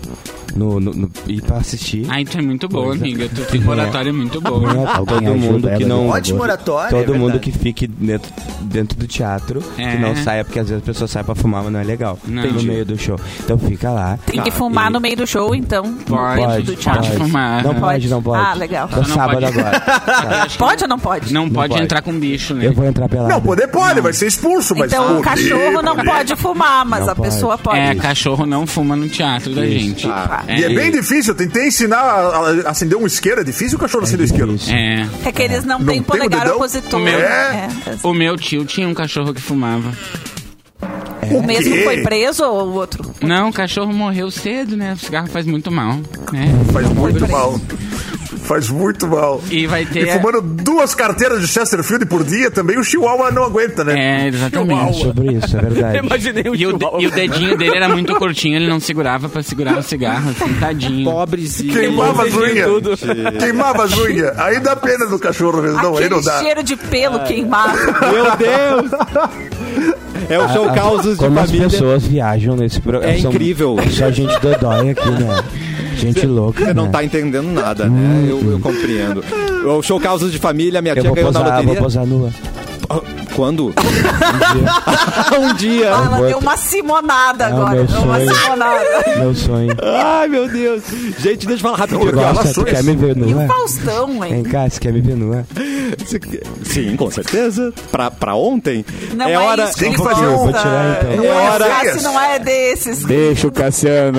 no, no, no ir pra assistir. Ah, tu é muito boa, Pois é. amiga. Tu tem um oratório muito bom. Né? Todo mundo que não. Ótimo oratório, é Todo verdade. mundo que fique dentro, dentro do teatro, É. que não saia, porque às vezes a pessoa sai pra fumar, mas não é legal. Não. No meio do show. Então fica lá. Tem que Tá. fumar E- no meio do show, então. Pode, dentro do teatro. pode. Não pode, não pode. Ah, legal. É Só não sábado pode. agora. Pode ou não pode? Não, pode, pode. entrar com bicho, né? Eu vou entrar pelado. Não, poder pode, Hum. vai ser expulso, mas... Então o Poder, cachorro não poder. pode fumar, mas a pessoa pode. Tá. É, cachorro não fuma no teatro da gente. E é bem difícil, eu tentei ensinar a, a acender um isqueiro, é difícil o cachorro acender o isqueiro. É. É que eles não, Não têm tem o polegar dedão? opositor. O meu, É. o meu tio tinha um cachorro que fumava. É. É. O mesmo quê? foi preso ou o outro? Não, o cachorro morreu cedo, né? O cigarro faz muito mal. Né? Faz muito mal. Faz muito mal. E vai ter- E é? fumando duas carteiras de Chesterfield por dia, também o Chihuahua não aguenta, né? É, É exatamente. sobre isso, é verdade. Imaginei o e, o de- e o dedinho dele era muito curtinho, ele não segurava pra segurar o cigarro, assim, tadinho. Pobrezinho. Queimava as unhas. Queimava as unhas. Aí dá pena do cachorro mesmo. Não, aí Aquele não dá. cheiro de pelo queimado. Meu Deus! É o show A- a- Causos de Ah, como Família. as pessoas viajam nesse programa. É incrível. Só gente dodói aqui, né? Gente louca. Você né? não tá entendendo nada, né? Eu, eu compreendo. O show Causos de Família, minha Hum. Eu tia vou ganhou na posar, vou loteria. posar nua. Quando? Um dia. Ah, ela Vou- deu uma simonada Ah, agora. meu deu uma sonho. simonada. Meu sonho. Ai, meu Deus. Gente, deixa eu falar rapidinho. Tu gosta, tu Relações. quer me ver nua? Faustão, Vem hein? cá, você quer me ver nua? Sim, com certeza. Pra, pra ontem. Não é hora. isso que conta. então. Não É é, hora. fácil, não é desses. Deixa o Cassiano.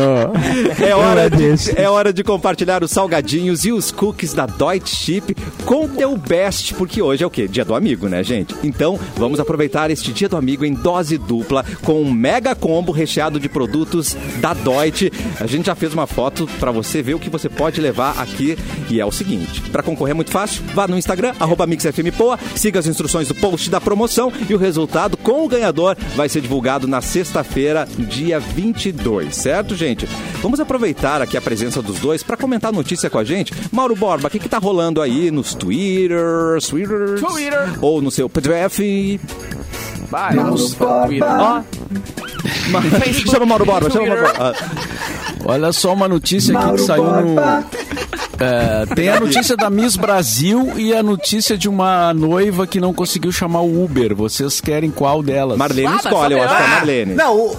É hora, de, é hora de compartilhar os salgadinhos e os cookies da Deutsche Chip com o teu best, porque hoje é o quê? Dia do amigo, né, gente? Então, vamos aproveitar este dia do amigo em dose dupla com um mega combo recheado de produtos da Deutsche. A gente já fez uma foto pra você ver o que você pode levar aqui e é o seguinte, pra concorrer é muito fácil, vá no Instagram arroba mixfmpoa, siga as instruções do post da promoção e o resultado com o ganhador vai ser divulgado na sexta-feira, dia 22, certo, gente? Vamos aproveitar aqui a presença dos dois para comentar a notícia com a gente. Mauro Borba, o que, que tá rolando aí nos Twitters, Twitters, Twitter. ou no seu PDF? Vai, Mauro Ó. Ma- Chama o Mauro Borba, chama o Mauro Borba. Ah, Olha só uma notícia aqui que saiu no. É, tem a notícia da Miss Brasil e a notícia de uma noiva que não conseguiu chamar o Uber. Vocês querem qual delas? Marlene Ah, tá escolhe, eu acho ah. que é a Marlene. Não,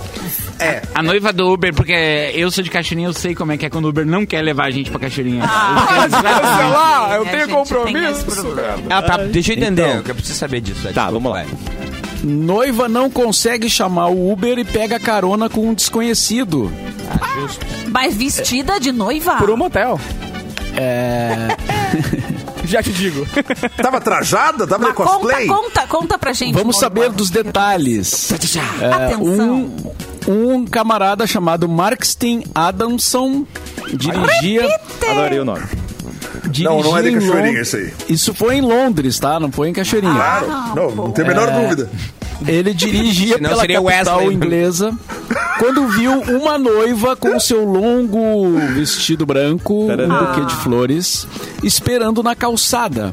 É. A noiva do Uber, porque eu sou de Cachoeirinha, eu sei como é que é quando o Uber não quer levar a gente pra Cachoeirinha. Ah, Ah, é lá, eu tenho compromisso. Ah, tá. Deixa eu entender. Então. eu preciso saber disso. Tá, vamos lá. Noiva não consegue chamar o Uber e pega carona com um desconhecido. Mas vestida de noiva? Por um motel. É... Já te digo. Tava trajada? Tava Tá de cosplay? Conta, conta, conta pra gente. Vamos Moro. saber dos detalhes. É, tá, Atenção. Um, um camarada chamado Markstin Adamson dirigia. Adorei o nome. dirigia Não, não é de em cachoeirinha Lond- esse aí. Isso foi em Londres, tá? Não foi em Cachoeirinha. Claro. Não, não tem a menor dúvida. É. Ele dirigia Senão pela seria capital Wesley. inglesa quando viu uma noiva com seu longo vestido branco, um buquê de flores, esperando na calçada.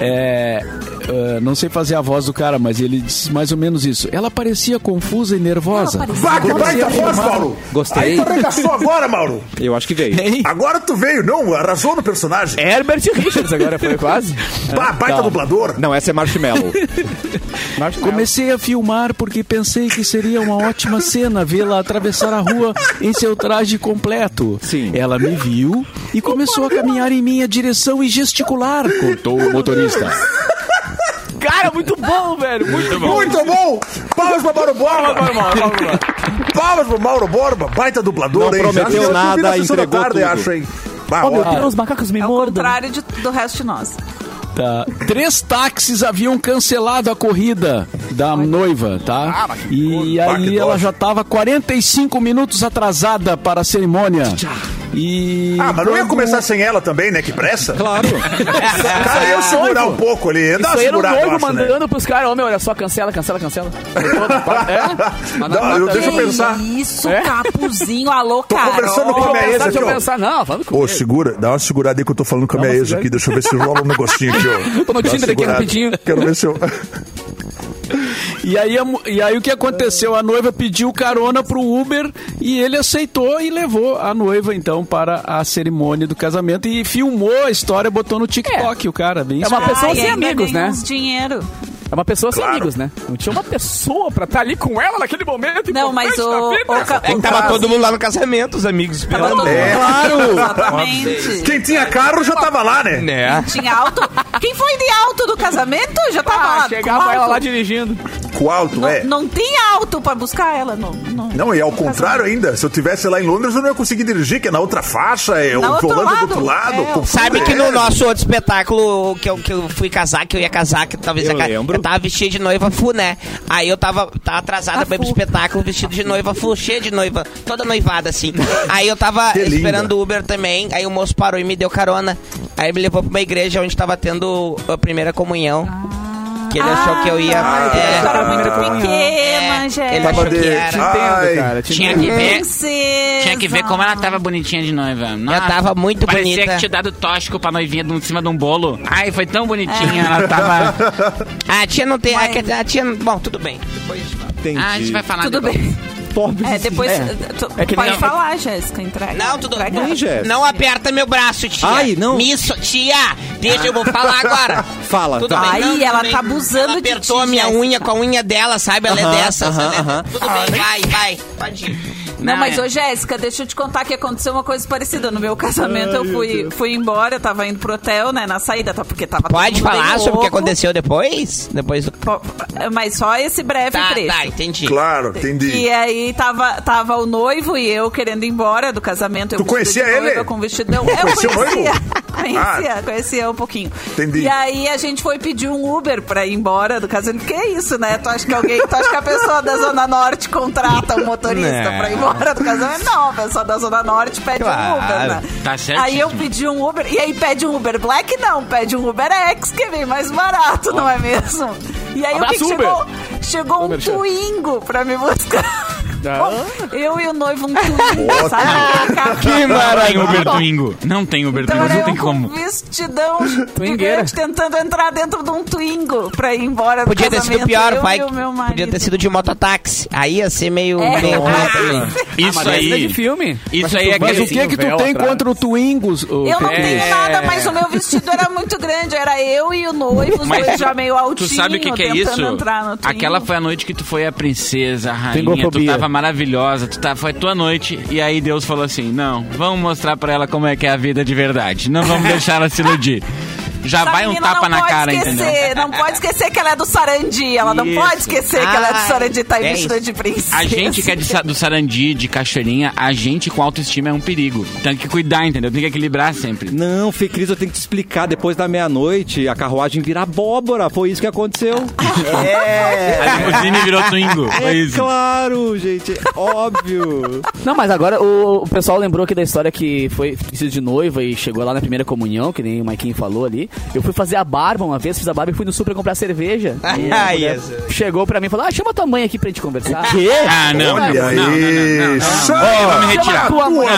É, ah, não sei fazer a voz do cara, mas ele disse mais ou menos isso. Ela parecia confusa e nervosa. Vá, que baita Comecei a voz, filmar- Mauro! Gostei. Aí tu arregaçou agora, Mauro! Eu acho que veio. Hein? Agora tu veio, não? Arrasou no personagem. Herbert Richards agora foi quase. Bah, baita Tá. dublador. Não, essa é Marshmallow. Comecei a filmar porque pensei que seria uma ótima cena vê-la atravessar a rua em seu traje completo. Sim. Ela me viu e começou a caminhar em minha direção e gesticular, contou o motorista. Cara, muito bom, velho. Muito bom. Muito bom! Palmas pra Mauro Vamos, Borba! vamos, vamos, vamos. Palmas pro Mauro Borba! Baita dublador, Não hein? prometeu eu vi na nada, sessão da entregou tarde, tudo. acho, hein? Bah, Oh, meu ó. Deus, os macacos me É o mordam. contrário de- do resto de nós. Tá. Três táxis haviam cancelado a corrida da noiva, tá? E Bah, que aí ela dose. já estava 45 minutos atrasada para a cerimônia. E Ah, mas não ia quando- começar sem ela também, né? Que pressa! Claro. Cara, eu segurar um pouco ali. Dá Isso uma aí era o segurada, eu noivo acho, né? mandando pros caras, homem, olha só, cancela, cancela, cancela. Não, Mas eu- tá deixa eu Que pensar. Isso, É? capuzinho, alô, Tô cara. conversando com a Deixa minha eu ex pensar, aqui, deixa eu ó. pensar. Não, vamos Ô, comigo. segura, dá uma segurada aí que eu tô falando com a minha uma ex aqui. segurada. Deixa eu ver se rola um negocinho aqui, ó. Tô no Dá uma Tinder aqui segurada. rapidinho. Quero ver se eu. E aí, a mu- e aí o que aconteceu? A noiva pediu carona pro Uber e ele aceitou e levou a noiva, então, para a cerimônia do casamento e filmou a história, botou no TikTok o cara. Bem É uma Ah, pessoa e sem ainda amigos, ganha né? uns dinheiro. É uma pessoa sem amigos, né? Não tinha uma pessoa pra estar ali com ela naquele momento. Não, mas importante o. da o, vida. ca- É que o tava caso- todo mundo lá no casamento, os amigos Tava esperando. todo mundo. Então tá. É. Exatamente. Quem tinha carro já tava lá, né? Né? Tinha alto. Quem foi de alto do casamento já tava Ah, lá. com chegava ela alto. lá dirigindo. Com alto, Não, é. não tinha alto pra buscar ela, não. Não, Tá Não, e ao contrário ainda, se eu tivesse lá em Londres, eu não ia conseguir dirigir, que é na outra faixa, é Na o Tá outro volante do lado. outro lado. É, com- Sabe que É. no nosso outro espetáculo que eu, que eu fui casar, que eu ia casar, que talvez Eu ia ca- lembro. eu tava vestido de noiva full, né? Aí eu tava, tava atrasada Ah, pra ir pro full. espetáculo, vestido de noiva full, cheia de noiva, toda noivada assim. Aí eu tava Que linda. esperando o Uber também, aí o moço parou e me deu carona. Aí me levou pra uma igreja onde tava tendo a primeira comunhão. Que ele achou que eu ia. tá. Ah. Ah, Eu é, era muito pequena, ele gente. achou Cadê? que era. Ai, Tinha que ver. Princesa. Tinha que ver como ela tava bonitinha de noiva. Nossa, tava muito parecia bonita. Parecia que tinha dado tóxico pra noivinha de um- em cima de um bolo. Ai, foi tão bonitinha. É. Ela tava... A tia não tem. A, a tia. Bom, tudo bem. Entendi. Ah, a gente vai falar Tudo depois. bem. Pobre. É, depois. É. tu- É que pode nem- falar, Jéssica, entrega. Não, tudo Entrega. bem, Jéssica. Não aperta meu braço, tia. Ai, não. Me so- Tia, deixa eu vou falar agora. Fala, Tudo tá. bem, Aí não, ela tudo bem. tá abusando ela de apertou ti, a minha Jéssica. unha com a unha dela, sabe? Ela Aham, é dessas, aham, né? aham. Tudo bem, vai, vai. Pode ir. Não, mas é. ô Jéssica, deixa eu te contar que aconteceu uma coisa parecida. No meu casamento eu fui, fui embora, eu tava indo pro hotel, né, na saída, tá? Porque tava todo Pode mundo bem falar sobre o louco. que aconteceu depois? Depois do... Po- Mas só esse breve Tá, trecho. é tá, entendi. Claro, entendi. E aí tava, tava o noivo e eu querendo ir embora do casamento. Eu Tu vestido conhecia de noiva ele? Com vestido... Não, eu Conhecia o conhecia. noivo? Ah. conhecia, conhecia um pouquinho. Entendi. E aí a gente foi pedir um Uber pra ir embora do casamento. Que isso, né? Tu acha que alguém, tu acha que a pessoa da Zona Norte contrata um motorista Né. pra ir embora do casamento? Não, a pessoa da Zona Norte pede um Claro. Uber, né? Tá certíssimo. Aí eu pedi um Uber, e aí pede um Uber Black? Não, pede um Uber X, que é bem mais barato, não é mesmo? E aí o Abraço, que que Uber. chegou? Chegou um Uber, chefe. Twingo pra me buscar. Ah. Eu e o noivo, um Twingo, sabe? Que maravilha. Não tem Uber Então, Twingo. Não tem Uber Twingo, era um não eu tem com como. vestidão Twingueira. gigante tentando entrar dentro de um Twingo pra ir embora do Podia ter sido casamento, pior, eu vai. E o meu marido. Podia ter sido de mototáxi. Aí ia ser meio... É. meio ruim né? também. Isso mas essa é aí. de filme. Isso aí é Mas o aquele- que é que tu tem contra o Twingos? ô, Eu não Pepe? tenho É. nada, mas o meu vestido era muito grande. Era eu e o noivo, os Mas dois um já meio Tu altinho, sabe o que, que é tentando isso? entrar no Twingo. Aquela foi a noite que tu foi a princesa, a rainha, tu Twingofobia. tava maravilhosa, tu tava, foi a tua noite, e aí Deus falou assim: não, vamos mostrar pra ela como é que é a vida de verdade. Não vamos deixar ela se iludir. já Essa vai um menina tapa não na pode cara, esquecer, entendeu? Não pode esquecer que ela é do Sarandi. Ela não Isso. pode esquecer que ela é do Ai, Sarandi. Tá é em vestida isso. de princesa. A gente que é de Sa- do Sarandi, de Cachoeirinha, a gente com autoestima é um perigo. Tem que cuidar, entendeu? Tem que equilibrar sempre. Não, Fê Cris, eu tenho que te explicar. Depois da meia-noite, a carruagem vira abóbora. Foi isso que aconteceu. A limusine virou Twingo. Foi É isso. claro, gente. Óbvio. Não, mas agora o, o pessoal lembrou aqui da história que foi vestido de noiva e chegou lá na primeira comunhão, que nem o Maiquinho falou ali. Eu fui fazer a barba uma vez, fiz a barba e fui no super comprar cerveja. E a Ah, mulher isso. Chegou pra mim e falou: Ah, chama tua mãe aqui pra gente conversar. O quê? Ah, não, Olha não, não, não, não, não, não. isso. Eu vou me Chama retirar. tua Não, mãe.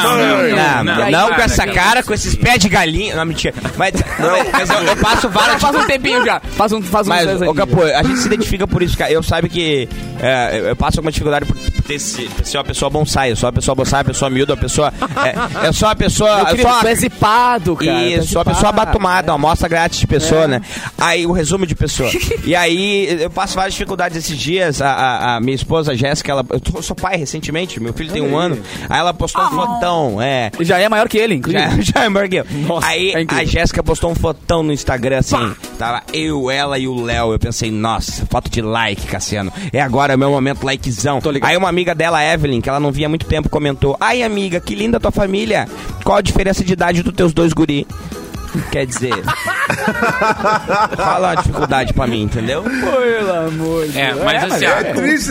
não, Não, não, com essa cara, com esses pés de galinha. Não, mentira. Mas, não, mas eu, eu passo várias. Faz um tempinho já. Faz um, faz um Mas, ô Capô, a gente se identifica por isso, cara. Eu sabe que é, eu- eu passo alguma dificuldade por ter, se- ser uma pessoa bonsai. Eu sou uma pessoa bonsai, uma pessoa miúda, uma pessoa. É, eu sou uma pessoa. Meu eu querido, sou uma- tu é zipado, cara. tu é Isso, uma zipado. pessoa né? abatumada, uma amostra grátis de É. pessoa, né? Aí, o resumo de pessoa. e aí, eu passo várias dificuldades esses dias. A, a- a minha esposa, a Jéssica, ela, eu, tô- eu sou pai recentemente, meu filho tem um ano. Aí ela postou um fotão, é. Ah. Já é maior que ele, inclusive. é Já, já é maior que eu. aí, a Jéssica postou um fotão no Instagram, assim. Tava eu, ela e o Léo. Eu pensei, nossa, foto de like, Cassiano. É agora, é o meu momento, likezão. Aí uma amiga dela, Evelyn, que ela não via há muito tempo, comentou. Ai, amiga, que linda tua família. Qual a diferença de idade dos teus dois guri? Quer dizer... fala a dificuldade pra mim, entendeu? Pelo amor de É, Deus. mas assim,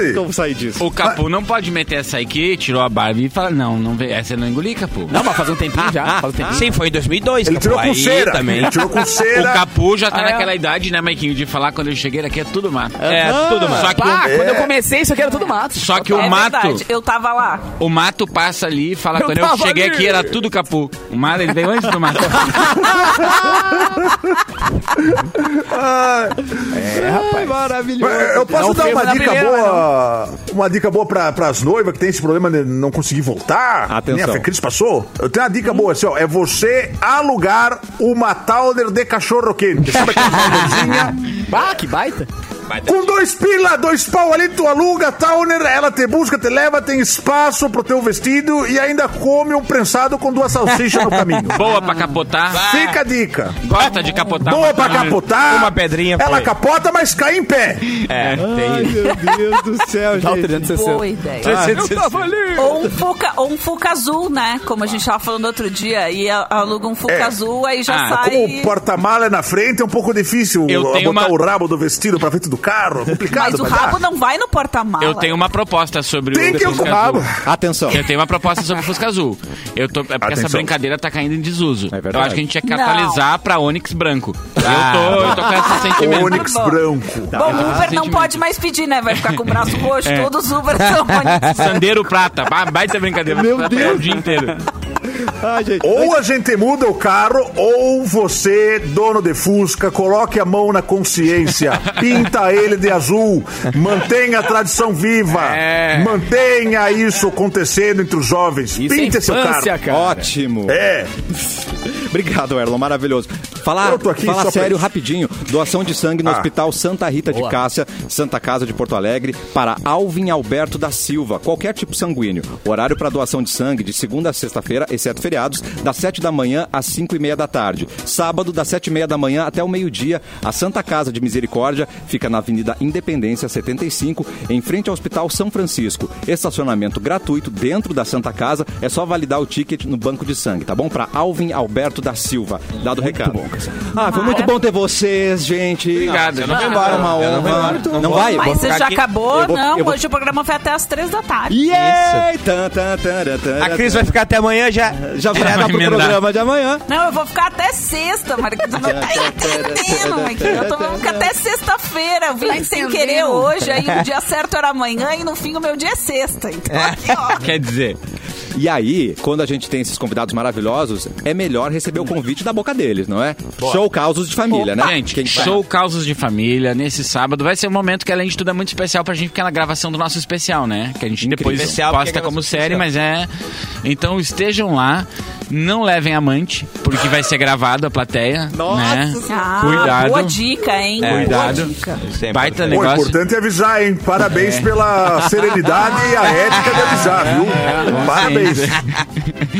ó, Como sair disso? O Capu não pode meter essa aí que tirou a Barbie e fala, não, não vê, essa eu não Ah, engoli, Capu. Não, mas faz um tempinho já. Faz um tempinho. Sim, foi em 2002. Ele Capu, tirou aí com cera. Também. Ele tirou com O cera. Capu já tá Ah, é? naquela idade, né, Maiquinho, de falar quando eu cheguei aqui é tudo mato. É, tudo mato. Só que, Pá, o, quando eu comecei, isso aqui era tudo mato. só que o é mato, verdade, eu tava lá. o mato passa ali e fala, Eu quando eu tava cheguei ali. aqui era tudo Capu. O mato, ele veio antes do mato. Ah. Ai, maravilhoso. Mas Eu posso É, Não dar fez uma na dica primeira, boa. Uma dica boa pra, pras noivas que tem esse problema de não conseguir voltar. Atenção. Nem a Fecris passou. Eu tenho uma dica boa, assim, ó. É você alugar uma Towner de cachorro quente. Sabe aquela Townerzinha? Bah, que baita. Com dois pila, dois pau ali, tu aluga a Towner, ela te busca, te leva, tem espaço pro teu vestido e ainda come um prensado com duas salsichas no caminho. Boa pra capotar. Fica a dica. Gosta de capotar. Boa pra Macarrão. capotar. Tá Uma pedrinha, Ela foi. capota, mas cai em pé. É, Ai, tem. meu Deus do céu, Dá o gente. 360. Boa ideia. Ah, Eu tava ali. Ou um, fuca, ou um fuca azul, né? Como a gente tava falando outro dia. E a- aluga um fuca É. azul, aí já Ah, Como sai... o porta-mala é na frente, é um pouco difícil Eu botar tenho uma- o rabo do vestido pra frente do carro. É complicado. Mas o dá. rabo não vai no porta-mala. Eu tenho uma proposta sobre Tem o que ir com Fusca o rabo. Azul. Atenção. Eu tenho uma proposta sobre o Fusca Azul. Eu tô, é porque essa Atenção. brincadeira tá caindo em desuso. verdade. Eu acho que a gente ia catalisar pra Onix branco. Eu, tô, eu tô com esse sentimento. Onix Tá bom. branco. Bom, o Uber não sentimento. pode mais pedir, né? Vai ficar com o É. braço roxo, todos os Uber são... Sandeiro Prata. Ba- Baita brincadeira. Meu Vai Deus. pegar O dia inteiro. Ai, gente. Ou a gente muda o carro, ou você, dono de Fusca, coloque a mão na consciência, pinta ele de azul, mantenha a tradição viva, É. mantenha isso acontecendo entre os jovens. Isso é Pinte seu carro. infância, cara. Ótimo. É, Obrigado, Erlon, maravilhoso. Falar, Eu tô aqui só fala pra sério isso. rapidinho. Doação de sangue no Ah. Hospital Santa Rita de Cássia, Santa Casa de Porto Alegre, para Alvin Alberto da Silva, qualquer tipo sanguíneo. Horário para doação de sangue de segunda a sexta-feira, exceto feriados, das sete da manhã às cinco e meia da tarde. Sábado, das sete e meia da manhã até o meio-dia, a Santa Casa de Misericórdia fica na Avenida Independência 75, em frente ao Hospital São Francisco. Estacionamento gratuito dentro da Santa Casa, é só validar o ticket no banco de sangue, tá bom? Para Alvin Alberto da Silva. Dado o recado. ah, foi muito bom ter vocês, gente. Obrigado. Ah, é uma honra. Não, vai? Mas Vou- você já acabou? Eu vou- não, eu vou- hoje o programa foi até as três da tarde. Yay! Tan, tan, tan, tan, A Cris vai ficar até amanhã já. É, tá Já vai pro emendar. programa de amanhã. Não, eu vou ficar até sexta, Marquinhos. Não tá É, entendendo, Marquinhos. Eu tô- vou ficar até sexta-feira. Eu Tá vim sem querer hoje, aí o dia certo era amanhã e no fim o meu dia é sexta. Então aqui, ó. Quer dizer, E aí, quando a gente tem esses convidados maravilhosos, é melhor receber o convite da boca deles, não é? Show causos de família, né? gente, Quem vai? show Causas de Família, nesse sábado, vai ser um momento que, além de tudo, é muito especial pra gente, porque é na gravação do nosso especial, né? Que a gente depois Especial, porque posta é como gravação série, mas é... Então, estejam lá. Não levem amante, porque vai ser gravado a plateia. Nossa né? Ah, Cuidado. Boa dica, hein? É, Boa cuidado. dica. Baita Pô, é negócio. importante avisar, hein? Parabéns É. pela serenidade e a ética de avisar, viu? É, Parabéns.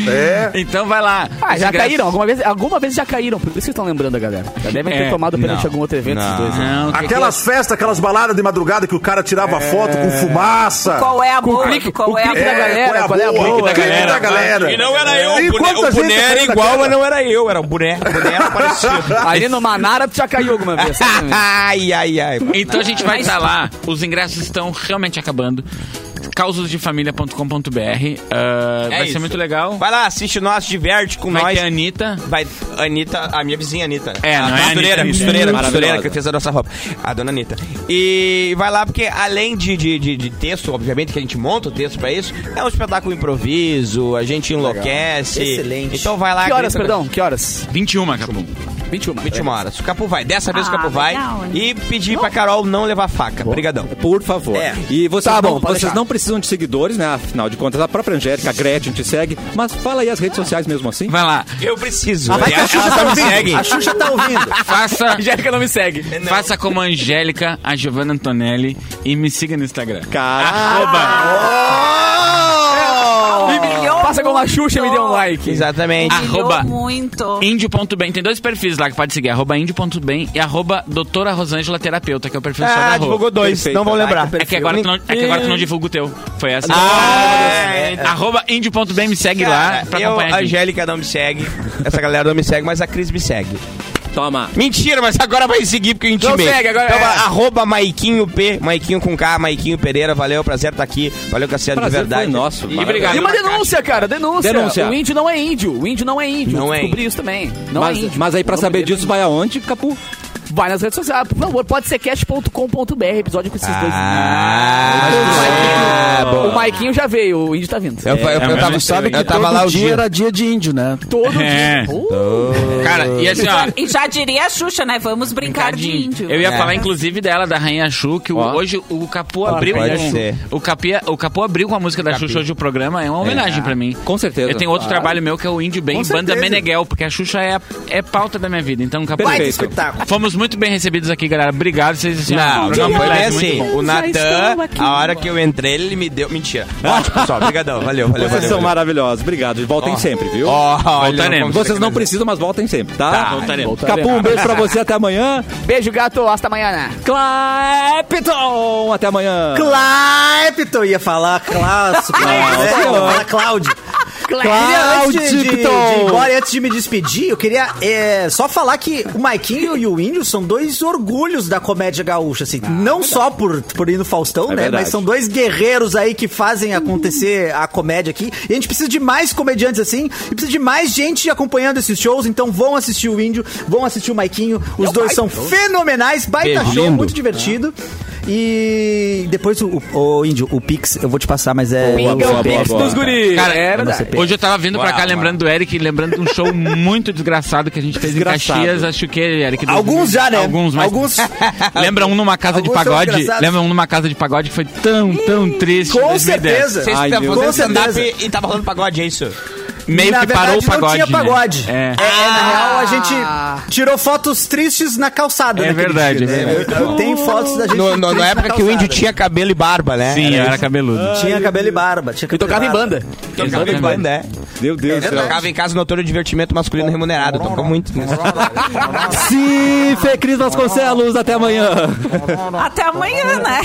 É. Então vai lá. Ah, já Desgraça- caíram. Alguma vez, alguma vez já caíram. Por isso que estão lembrando a galera. Já devem ter É, tomado perante não. algum outro evento. esses Não. dois, né? aquelas festas, aquelas baladas de madrugada que o cara tirava foto com fumaça. Qual é a boa? Qual é a boa? Qual é a boa? O clique da galera. E não era eu, E o boné, quanta o gente boné era saiu da igual, queda? mas não era eu, era o boné. O boné era parecido. Ali no Manara tu já caiu alguma vez. ai, ai, ai. Então a gente vai Mas- estar lá. Os ingressos estão realmente acabando. causasdefamilia.com.br Ah, Vai ser muito legal. É Vai lá, assiste nós, diverte com Vai nós. ter a Anitta. Vai, Anitta, a minha vizinha Anitta. É, a não é a costureira, Anitta, costureira, Anitta. costureira que fez a nossa roupa. A dona Anitta. E vai lá porque além de, de, de, de texto, obviamente que a gente monta o texto pra isso, é um espetáculo improviso, a gente enlouquece. Excelente. Então vai lá. Que horas, grita- perdão? Que horas? 21, Capu. 21. 21 horas. O Capu vai. Dessa vez Ah, o Capu vai. legal, hein? E pedir pra Carol não levar faca. Obrigadão. Por favor. É. E vocês, Tá bom, não, pode vocês deixar. não precisam de seguidores, né? Afinal de contas, a própria Angélica, a Gretchen te segue. Mas fala aí as redes sociais mesmo assim. Vai lá. Eu preciso. Ah, vai que a Elas Xuxa não tá me ouvindo. seguem. A Xuxa tá ouvindo. Faça. Angélica não me segue. Faça como a Angélica, a Giovanna Antonelli e me siga no Instagram. Humilhou Passa com a Xuxa e me dê um like. Exatamente. Arroba muito. índio.bem. Tem dois perfis lá que pode seguir. Arroba índio.bem e arroba doutora Rosângela Terapeuta, que é o perfil só Ah, da Rô. divulgou dois, não vão lembrar. É que, agora tu não, é que agora tu não divulga o teu. Foi essa. Ah, é, é. Arroba índio.bem, me segue lá Cara, pra eu, acompanhar. a a gente. Angélica não me segue. Essa galera não me segue, mas a Cris me segue. Toma. Mentira, mas agora vai seguir porque eu intimei. Não segue, agora então, é. arroba Maiquinho P, Maiquinho com K, Maiquinho Pereira. Valeu, prazer estar aqui. Valeu, Cassiano, de Prazer verdade. foi nosso, E maravilha. obrigado. E uma denúncia, cara, denúncia. Denúncia. O índio não é índio. O índio não é índio. Não é Descobri isso também. Não mas, é índio. mas aí, pra O nome saber dele disso, vai aonde, Capu? Vai nas redes sociais. Por favor, pode ser cast.com.br, episódio com esses dois. Ah, o, Maiquinho, o Maiquinho já veio, o índio tá vindo. Eu, eu, É eu, mas tava, tu sabe eu que tava Todo lá o dia, dia. era dia de índio, né? Todo É. Cara, e assim, ó. E já diria a Xuxa, né? Vamos brincar de índio. Eu ia É. falar, inclusive, dela, da Rainha Chu, que o- hoje o Capu abriu. pode com- ser. o, Capi, é- o Capu abriu com a música da Xuxa hoje o programa, é uma homenagem pra mim. Com certeza. Eu tenho outro Claro. trabalho meu que é o Índio Bem, Com banda certeza. Meneghel, porque a Xuxa é, é pauta da minha vida. Então, Capu, Perfeito. Fomos muito bem recebidos aqui, galera. Obrigado, vocês assim, ó, Não, programa não foi completo, bem muito assim. bom. O Natan, a hora que eu entrei, ele me deu. Mentira. Ótimo, pessoal. Obrigadão. Valeu, valeu, Vocês valeu. são valeu. maravilhosos. Obrigado. Voltem Ó. sempre, viu? Ó, olha, Voltaremos. Vocês não precisam, mas voltem sempre, tá? Tá, voltaremos. Capu, um beijo pra você. Até amanhã. Beijo, gato. Hasta amanhã. né? Clapton! Até amanhã. Clapton ia falar clássico. né? Eu ia falar Cláudio. Queria, antes de, de, de ir embora e antes de me despedir, eu queria é, só falar que o Maiquinho e o Índio são dois orgulhos da comédia gaúcha, assim. não só por, por ir no Faustão, né? verdade. Mas são dois guerreiros aí que fazem acontecer a comédia aqui. E a gente precisa de mais comediantes assim, e precisa de mais gente acompanhando esses shows. Então vão assistir o Índio, vão assistir o Maiquinho. Os dois são fenomenais, baita Beijo. show, Lindo. muito divertido. E depois o, o Índio, o Pix, eu vou te passar, mas é. Boa, Pinga boa, o pix boa, boa. dos guris. Cara, não é verdade. sei. Hoje eu tava vindo pra Uau, cá uau. lembrando do Eric, lembrando de um show muito desgraçado que a gente fez Desgraçado. em Caxias, acho que é, Eric. dois mil- Alguns já, né? Alguns, mas. Alguns. Lembra um numa casa de Alguns são pagode? engraçados. Lembra um numa casa de pagode que foi tão, tão triste. em Com 2010. certeza. Vocês Ai, estão meu fazendo Deus. stand-up e tá falando pagode, é isso? Meio Na que verdade, parou o pagode. Não tinha né? pagode. É. É, é, na real, a gente tirou fotos tristes na calçada. É naquele verdade, dia, é né? Tem fotos da gente. No, no, triste na época que o índio calçada. tinha cabelo e barba, né? Sim, eu era é era cabeludo. Tinha cabelo e barba. Tinha Eu tocava em banda. isso. Tocava em banda, é. Meu Deus do Eu céu. tocava em casa no autor de divertimento masculino remunerado. Tocou muito. né? Sim, Fê Cris Vasconcelos. Até amanhã. Até amanhã, né?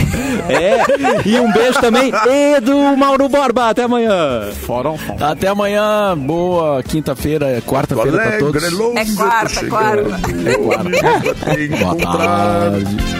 É. E um beijo também, Edu Mauro Borba. Até amanhã. um Até amanhã, boa quinta-feira, é quarta-feira pra Alegre, todos. longe É quarta, eu tô quarta. chegando, eu te encontrar. Boa tarde.